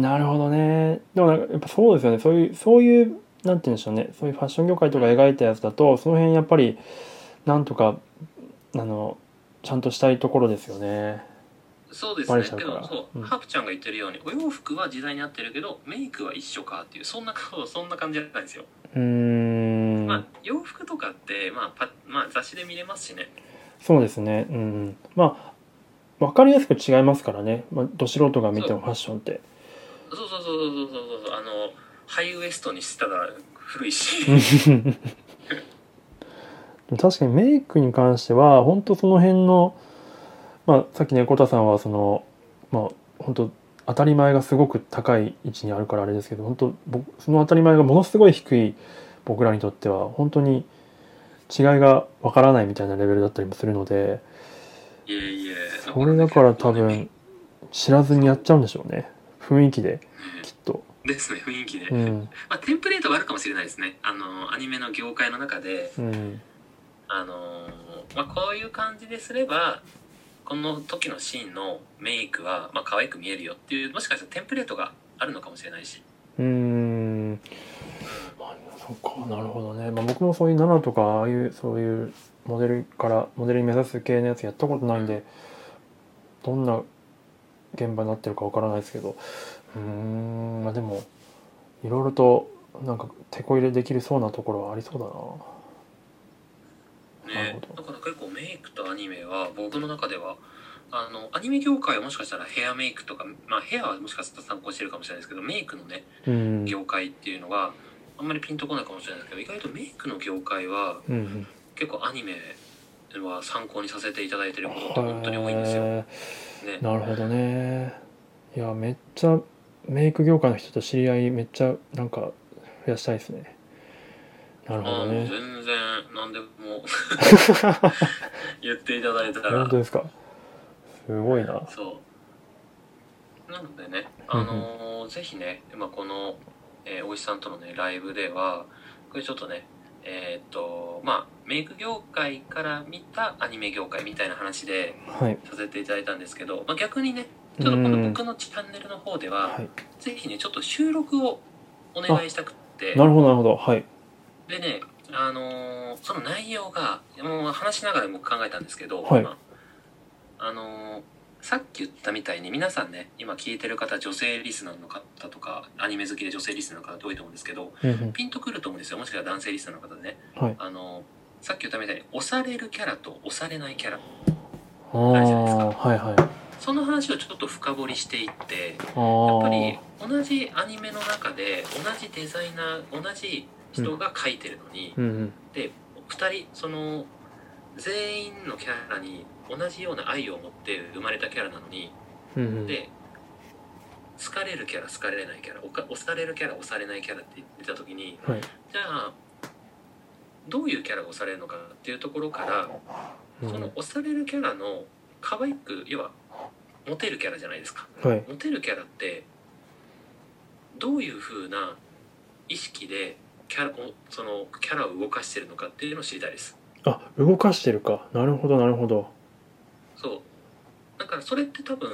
A: なるほどねでもなんかやっぱそうですよねそういうそういうなんて言うんでしょうねそういうファッション業界とか描いたやつだとその辺やっぱりなんとかあのちゃんとしたいところですよね
B: そうです
A: バ
B: ね
A: レちゃう
B: け
A: から
B: どそう、
A: うん
B: ハープちゃんが言ってるようにお洋服は時代に合ってるけどメイクは一緒かっていうそんな顔そんな感じじゃないですよ、
A: うーん、
B: まあ洋服とかって、まあ、パまあ雑誌で見れますしね
A: そうですねうんうんまあ分かりやすく違いますからね、まあ、ど素人が見てもファッションって
B: そうそうそうそうそうそうそうあのハイウエストにしてたら古 いし
A: うん確かにメイクに関しては本当その辺の、まあ、さっきねコタさんはそのまあ本当当たり前がすごく高い位置にあるからあれですけど本当僕その当たり前がものすごい低い僕らにとっては本当に違いがわからないみたいなレベルだったりもするので
B: いえいえ
A: それだから多
B: ね
A: 分知らずにやっちゃうんでしょうね雰囲気できっと。
B: ですね雰囲気で、
A: うん
B: まあ、テンプレートがあるかもしれないですねあのアニメの業界の中で
A: うん
B: あのーまあ、こういう感じですればこの時のシーンのメイクは、まあ、可愛く見えるよっていうもしかしたらテンプレートがあるのかもしれないし
A: うーんまあ、そっかなるほどね、まあ、僕もそういう7とかああいうそういうモデルからモデルに目指す系のやつやったことないんでどんな現場になってるかわからないですけどうーんまあでもいろいろとなんか手こ入れできるそうなところはありそうだななる
B: ね
A: ほど
B: だから結構メイクとアニメは僕の中ではあのアニメ業界はもしかしたらヘアメイクとか、まあ、ヘアはもしかしたら参考にしてるかもしれないですけどメイクのね
A: うん
B: 業界っていうのがあんまりピンとこないかもしれないですけど意外とメイクの業界は
A: うん
B: 結構アニメは参考にさせていただいてることって本当に多いんですよ。ね
A: へー、なるほどねいやめっちゃメイク業界の人と知り合いめっちゃなんか増やしたいですねなるほ
B: あ
A: ど
B: あ
A: ね
B: 全然何で も言っていただいたら
A: 本当ですかすごいな
B: そうなのでねあのーぜひね、まあ、この、えーおじさんとのねライブではこれちょっとねえーっとまあメイク業界から見たアニメ業界みたいな話で
A: はい
B: させていただいたんですけど、まあ、逆にねちょっとこの僕のチャンネルの方では、
A: はい
B: ぜひねちょっと収録をお願いしたくって
A: なるほどなるほどはい
B: でね、あのーその内容が、もう話しながら僕考えたんですけど、
A: はい
B: 今あのーさっき言ったみたいに皆さんね、今聞いてる方、女性リスナーの方とか、アニメ好きで女性リスナーの方って多いと思うんですけど、
A: うんうん
B: ピンとくると思うんですよ。もしくは男性リスナーの方でね。
A: はい
B: あのーさっき言ったみたいに、押されるキャラと押されないキャラ。
A: あ
B: 大事ですか
A: ーはいはい
B: その話をちょっと深掘りしていって、
A: あ
B: やっ
A: ー
B: ぱり同じアニメの中で、同じデザイナー、同じ人が描いてるのに、
A: うんうん
B: で2人その全員のキャラに同じような愛を持って生まれたキャラなのに
A: うんうん
B: で好かれるキャラ好かれないキャラおか押されるキャラ押されないキャラって言ってた時に
A: はい
B: じゃあどういうキャラが押されるのかっていうところから
A: う
B: そ
A: ん
B: の押されるキャラの可愛く要はモテるキャラじゃないですか
A: はい
B: モテるキャラってどういう風な意識でキャラをそのキャラを動かしてるのかっていうのを知りたいです
A: あ動かしてるかなるほどなるほど
B: そうだからそれって多分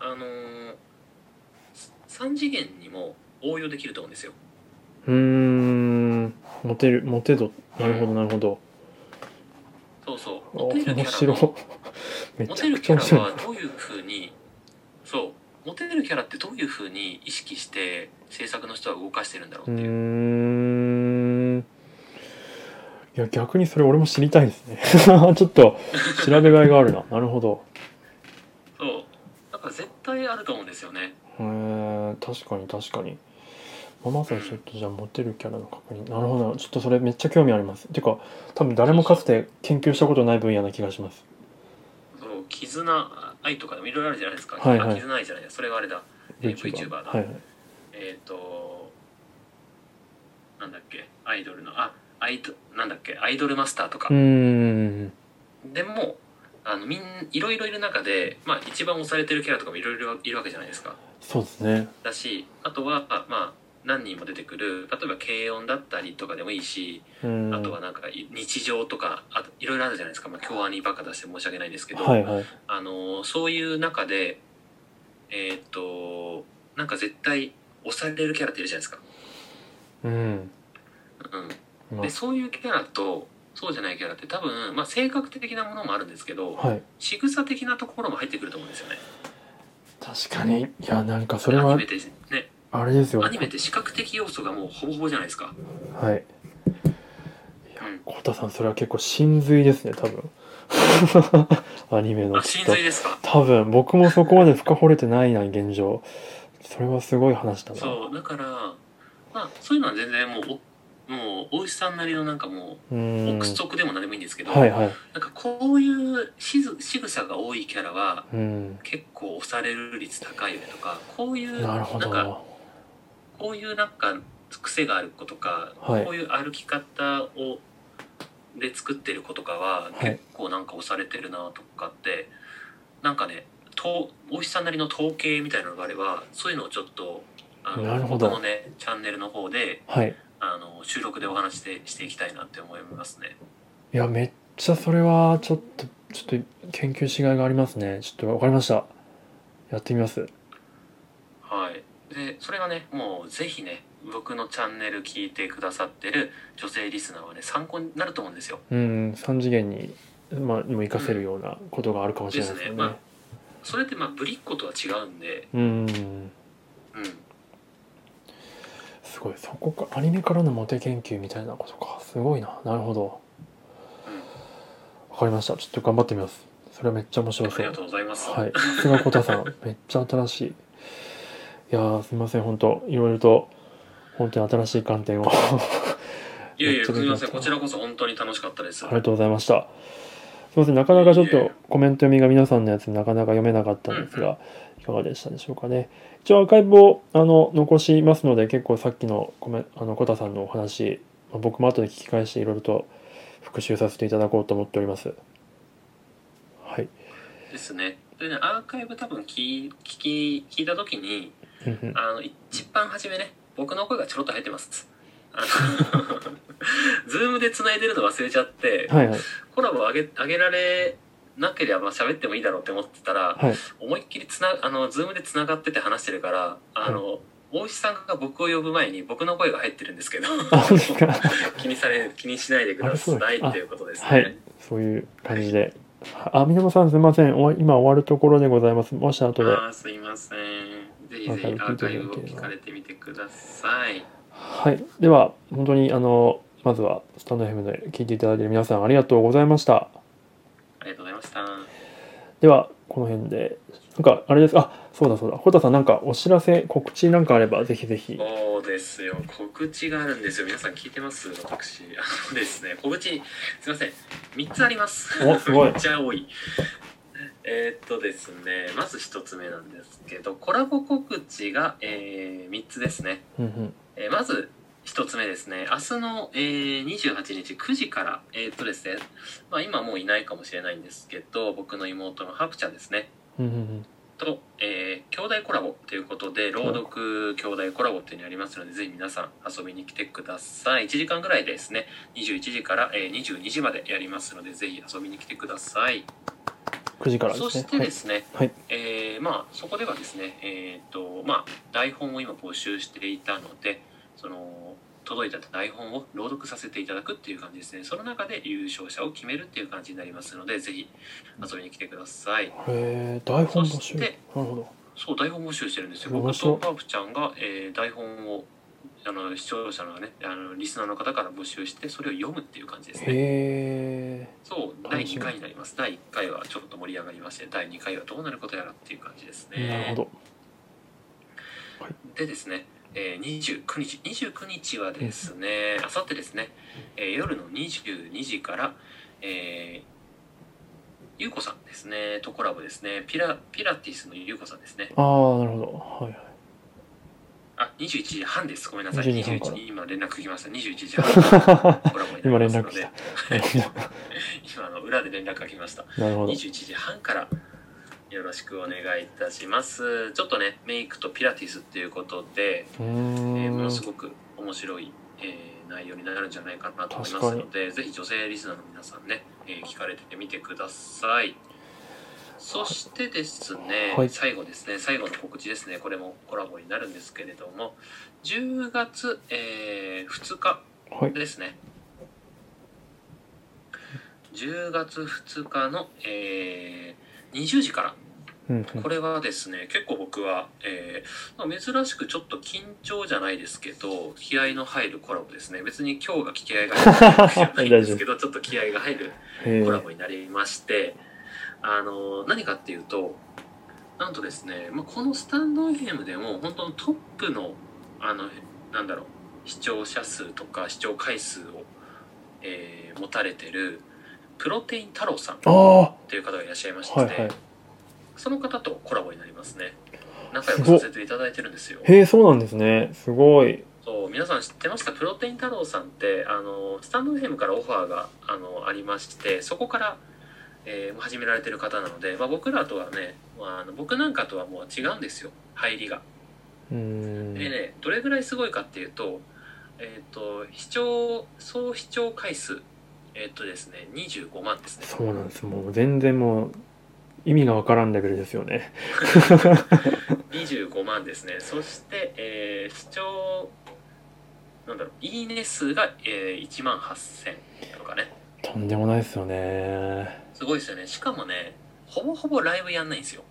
B: あのー、3次元にも応用できると思うんですよ
A: うーんモテるモテ度なるほどなるほど
B: そうそう
A: あ
B: モテるキ
A: 面
B: ャラ
A: 白
B: の
A: め
B: モ
A: ち
B: テ
A: ゃ
B: る
A: く
B: キ
A: ちゃ
B: ャ
A: 面白
B: ラ
A: い
B: はどういう風にモテるキャラってどういうふうに意識して制作の人は動かしてるんだろう
A: う
B: っていう、
A: ーんいや逆にそれ俺も知りたいですね ちょっと調べがいがあ るななるほど
B: そうなんか絶対あると思うんですよね
A: へー確かに確かにまあまずはちょっとじゃあモテるキャラの確認なるほどちょっとそれめっちゃ興味ありますてか多分誰もかつて研究したことない分野な気がします
B: そう絆愛とかでもいろいろあるじゃないですか、
A: はいはい
B: あ絆愛じゃないそれがあれだえー VTuber だ
A: はいはい
B: えっ、となんだっけアイドルのあアイドなんだっけアイドルマスターとか
A: うー、ん
B: でもあのみんいろいろいる中で、まあ、一番推されてるキャラとかもいろいろいるわけじゃないですか
A: そうですね
B: だしあとはまあ何人も出てくる例えば軽音だったりとかでもいいし、
A: うーん
B: あとはなんかい日常とかあといろいろあるじゃないですか、まあ、今日はにバカ出して申し訳ないんですけど、
A: はいはい
B: あのそういう中でえーっとなんか絶対推されるキャラっているじゃないですか、
A: うん
B: うん、
A: ま
B: でそういうキャラとそうじゃないキャラって多分、まあ、性格的なものもあるんですけど
A: あはい
B: 仕草的なところも入ってくると思うんですよね。
A: 確かにいやなんかそれ
B: アニ
A: は
B: メってね
A: あれですよ
B: アニメって視覚的要素がもうほぼほぼじゃないですか。
A: はい
B: うん、
A: コタさんそれは結構真髄ですね多分 アニメの
B: あ
A: ちょ
B: 真
A: っと
B: 髄ですか
A: 多分僕もそこまで深掘れてないな現状それはすごい話だな
B: そうだからまあそういうのは全然もうおもうお医さんなりのなんかも
A: う
B: う
A: ーん
B: 憶測でも何でもいいんですけど、
A: はいはい
B: なんかこういうしず仕草が多いキャラは
A: うん
B: 結構押される率高いよねとかこういう
A: なるほど
B: んかこういうなんか癖がある子とか、
A: はい
B: こういう歩き方をで作ってる子とかは
A: はい
B: 結構なんか押されてるなとかって、なんかねとお医さんなりの統計みたいなのがあればそういうのをちょっとあ
A: なる
B: の
A: ほど
B: 僕のねチャンネルの方で
A: はい
B: あの収録でお話してしていきたいなって思いますね。
A: いやめっちゃそれはちょっとちょっと研究しがいがありますねちょっとわかりましたやってみます
B: はい、でそれがねもうぜひね僕のチャンネル聞いてくださってる女性リスナーはね参考になると思うんですよ。
A: うん3次元にまあにも活かせるようなことがあるかもしれないですよ
B: です
A: ね
B: ねまそれってまあぶりっ子とは違うんで、
A: うん
B: うん、
A: すごいそこかアニメからのモテ研究みたいなことかすごいななるほどわかりましたちょっと頑張ってみますそれはめっちゃ面白
B: あ
A: そ
B: り
A: う
B: がとうございます。
A: はい、さすがコタさん、めっちゃ新しい。いやー、すみません、本当、いろいろと、本当に新しい観点をあ
B: いやいや、す
A: めっちゃ
B: みません。
A: 勉強になった
B: こちらこそ本当に楽しかったです。
A: りがとうございました。すみません、なかなかちょっ
B: いえい
A: と
B: え
A: コメント読みが皆さんのやつなかなか読めなかったんですが、いかがでしたでしょうかね。一応アーカイブをあの残しますので、結構さっきのコメあのコタさんのお話、まあ僕も後で聞き返していろいろと復習させていただこうと思っております。はい。
B: ですね。でね、アーカイブ多分聞き、聞き、聞いた時に、
A: うんうん
B: あの、一番初めね、僕の声がちょろっと入ってます。あのズームで繋いでるの忘れちゃって、
A: はいはい。
B: コラボ上げ、上げられなければ喋ってもいいだろうって思ってたら、
A: はい
B: 思いっきりつな、あの、ズームで繋がってて話してるから、あの、大石さんが僕を呼ぶ前に僕の声が入ってるんですけ ど
A: あ、そうですか。
B: 気にされ気にしないでくださいっていうことですね。
A: はい、そういう感じで。あ、皆さんすみません。お今終わるところでございます。もし後で。
B: あーすいません。ぜひぜひアーカイブを聞かれてみてください。
A: はい。では、本当に、あの、まずは、スタンド FM で聞いていただいている皆さんありがとうございました。
B: ありがとうございました。
A: では、この辺で。なんか、あれです。あ、そうだそうだ。ホタさん、なんかお知らせ、告知なんかあれば、ぜひぜひ。
B: そうですよ。告知があるんですよ。皆さん聞いてます私。あのですね、告知、すいません。3つあります。
A: おすごい
B: めっちゃ多い。えーっとですね、まず1つ目なんですけど、コラボ告知が、え3つですね。
A: うんうん。
B: えーまず一つ目ですね明日の、えー、28日9時からえーっとですね、まあ、今もういないかもしれないんですけど僕の妹のハプちゃんですね
A: うんうん
B: と、えー兄弟コラボということで朗読兄弟コラボっていうのやりますのでぜひ皆さん遊びに来てください1時間ぐらいですね21時から、えー22時までやりますのでぜひ遊びに来てください
A: うん。9時からですね。
B: そしてですね、
A: はい
B: えーまあ、そこではですね、えーとまあ、台本を今募集していたのでその届いた台本を朗読させていただくっていう感じですねその中で優勝者を決めるっていう感じになりますのでぜひ遊びに来てください
A: はい、へえ、台本募
B: そ
A: 集。
B: し
A: なる
B: て
A: ほど。
B: そう台本募集してるんですよ。
A: 面
B: 僕
A: 白い
B: とパープちゃんが、えー台本をあの視聴者のねあのリスナーの方から募集してそれを読むっていう感じですね。
A: へえ
B: そう第2回になります。第1回はちょっと盛り上がりまして第2回はどうなることやらっていう感じですね。
A: なるほど
B: でですね、えー、29日29日はですねあさってですね、えー夜の22時から、えーゆうこさんですねとコラボですねピラピラティスのゆうこさんですね
A: ああなるほどはいはい
B: あ21時半ですごめんなさい
A: 21半
B: 21
A: から
B: 時今連絡来ました21時 半コラボにな
A: 今連
B: り
A: 絡
B: ま
A: 来
B: すので
A: た
B: 今あの裏で連絡が来ました
A: なるほど
B: 21時半からよろしくお願いいたしますちょっとねメイクとピラティスっていうことで
A: う
B: えーもの
A: ー
B: す
A: ん
B: ごく面白い、えー内容になるんじゃないかなと思いますのでぜひ女性リスナーの皆さんね、えー聞かれてみてくださいそしてですね、
A: はい
B: 最後ですね最後の告知ですねこれもコラボになるんですけれども10月、えー2日
A: はい
B: ですね10月2日の、えー20時から
A: うんうん
B: これはですね結構僕は、えーまあ珍しくちょっと緊張じゃないですけど気合の入るコラボですね別に今日が気合が入るわけじゃないんですけ どちょっと気合が入る
A: へ
B: コラ
A: ー
B: ボになりましてあの何かっていうとなんとですね、まあ、このスタンド FM でも本当のトップのあのなんだろう視聴者数とか視聴回数を、えー持たれてるプロテイン太郎さん
A: ああは
B: という方がいらっしゃいまして、
A: いはい
B: その方とコラボになりますね。仲良くさせていただいてるんですよ。
A: へえそうなんですねすごい
B: そう皆さん知ってましたプロテイン太郎さんってあのスタンド FM からオファーがあのありましてそこから、えー始められてる方なので、まあ、僕らとはね、まあ、あの僕なんかとはもう違うんですよ入りが。
A: うーん
B: でねどれぐらいすごいかっていうと,、えー、と視聴総視聴回数えっ、とですね25万ですね。
A: そうなんですもう全然もう意味がわからんレベルですよ ね
B: 25万ですねそして、えー視聴なんだろういいね数が、えー1万8000とかね
A: とんでもないですよね
B: すごいですよねしかもねほぼほぼライブやんないんですよ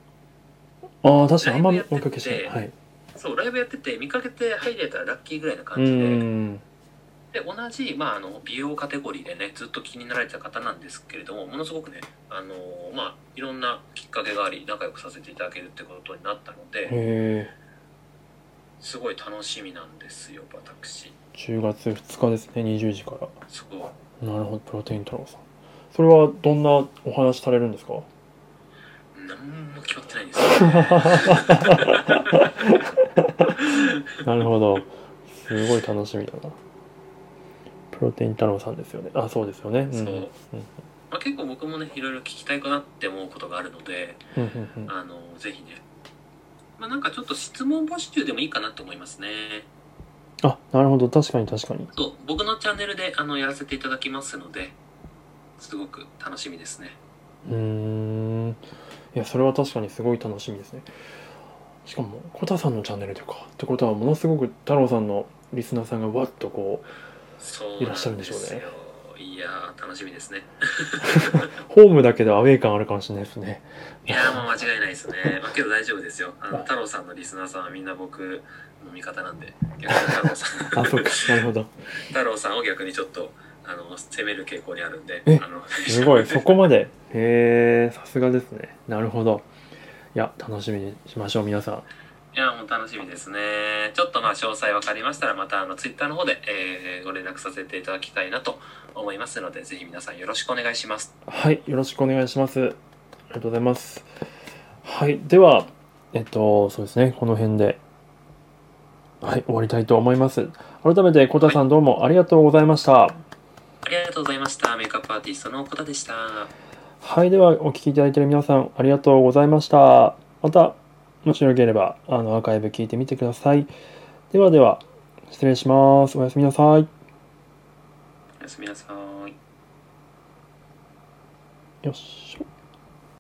A: ああ確かにあんま
B: ライブ
A: お
B: やっ
A: か
B: てて
A: けしないはい
B: そうライブやってて見かけて入れたらラッキーぐらいな
A: う
B: 感じで
A: ーん
B: で同じ、まあ、あの美容カテゴリーでねずっと気になられてた方なんですけれどもものすごくねあのーまあいろんなきっかけがあり仲良くさせていただけるってことになったので
A: へえ
B: すごい楽しみなんですよ私
A: 10月2日ですね20時から
B: すごい
A: なるほどプロテイン太郎さんそれはどんなお話されるん ですか
B: 何も決まってないんですよね
A: なるほどすごい楽しみだなプロテイン太郎さんですよねあそうですよねうん
B: そう
A: うん
B: まあ、結構僕もねいろいろ聞きたいかなって思うことがあるので
A: うんうんうん
B: あのぜひね、まあ、なんかちょっと質問募集でもいいかなと思いますね
A: あなるほど確かに確かに
B: そう僕のチャンネルであのやらせていただきますのですごく楽しみですね
A: うーんいやそれは確かにすごい楽しみですねしかもコタさんのチャンネルでかってことはものすごく太郎さんのリスナーさんがわっとこ
B: そう
A: い
B: な
A: らっしゃるん
B: ん
A: で
B: で
A: しょうね
B: すよいやー楽しみですね
A: うホームだけでアウェー感あるかもしれないですね
B: いやーもう間違いないですね、まあ、けど大丈夫ですよあの
A: はい
B: 太郎さんのリスナーさんはみんな僕の味方なんで逆に太郎さ ん
A: あそうかなるほど
B: 太郎さんを逆にちょっとあの攻める傾向にあるんで
A: え
B: あの
A: すごいそこまでへえさすがですねなるほどいや楽しみにしましょう皆さん
B: いやもう楽しみですねちょっとまあ詳細分かりましたらまたあのツイッターの方で、えーご連絡させていただきたいなと思いますのでぜひ皆さんよろしくお願いします
A: はい、よろしくお願いします。ありがとうございます。はい、では、えっと、そうですね、この辺で、はい、終わりたいと思います。改めて、コタさんどうもありがとうございました。
B: ありがとうございましたメイクアップアーティストの小田でした
A: はい、では、お聞きいただいている皆さん、ありがとうございました。また、もしよければ、あの、アーカイブ聞いてみてください。ではでは、失礼します。おやすみなさい。
B: おやすみなさい
A: よっしょ。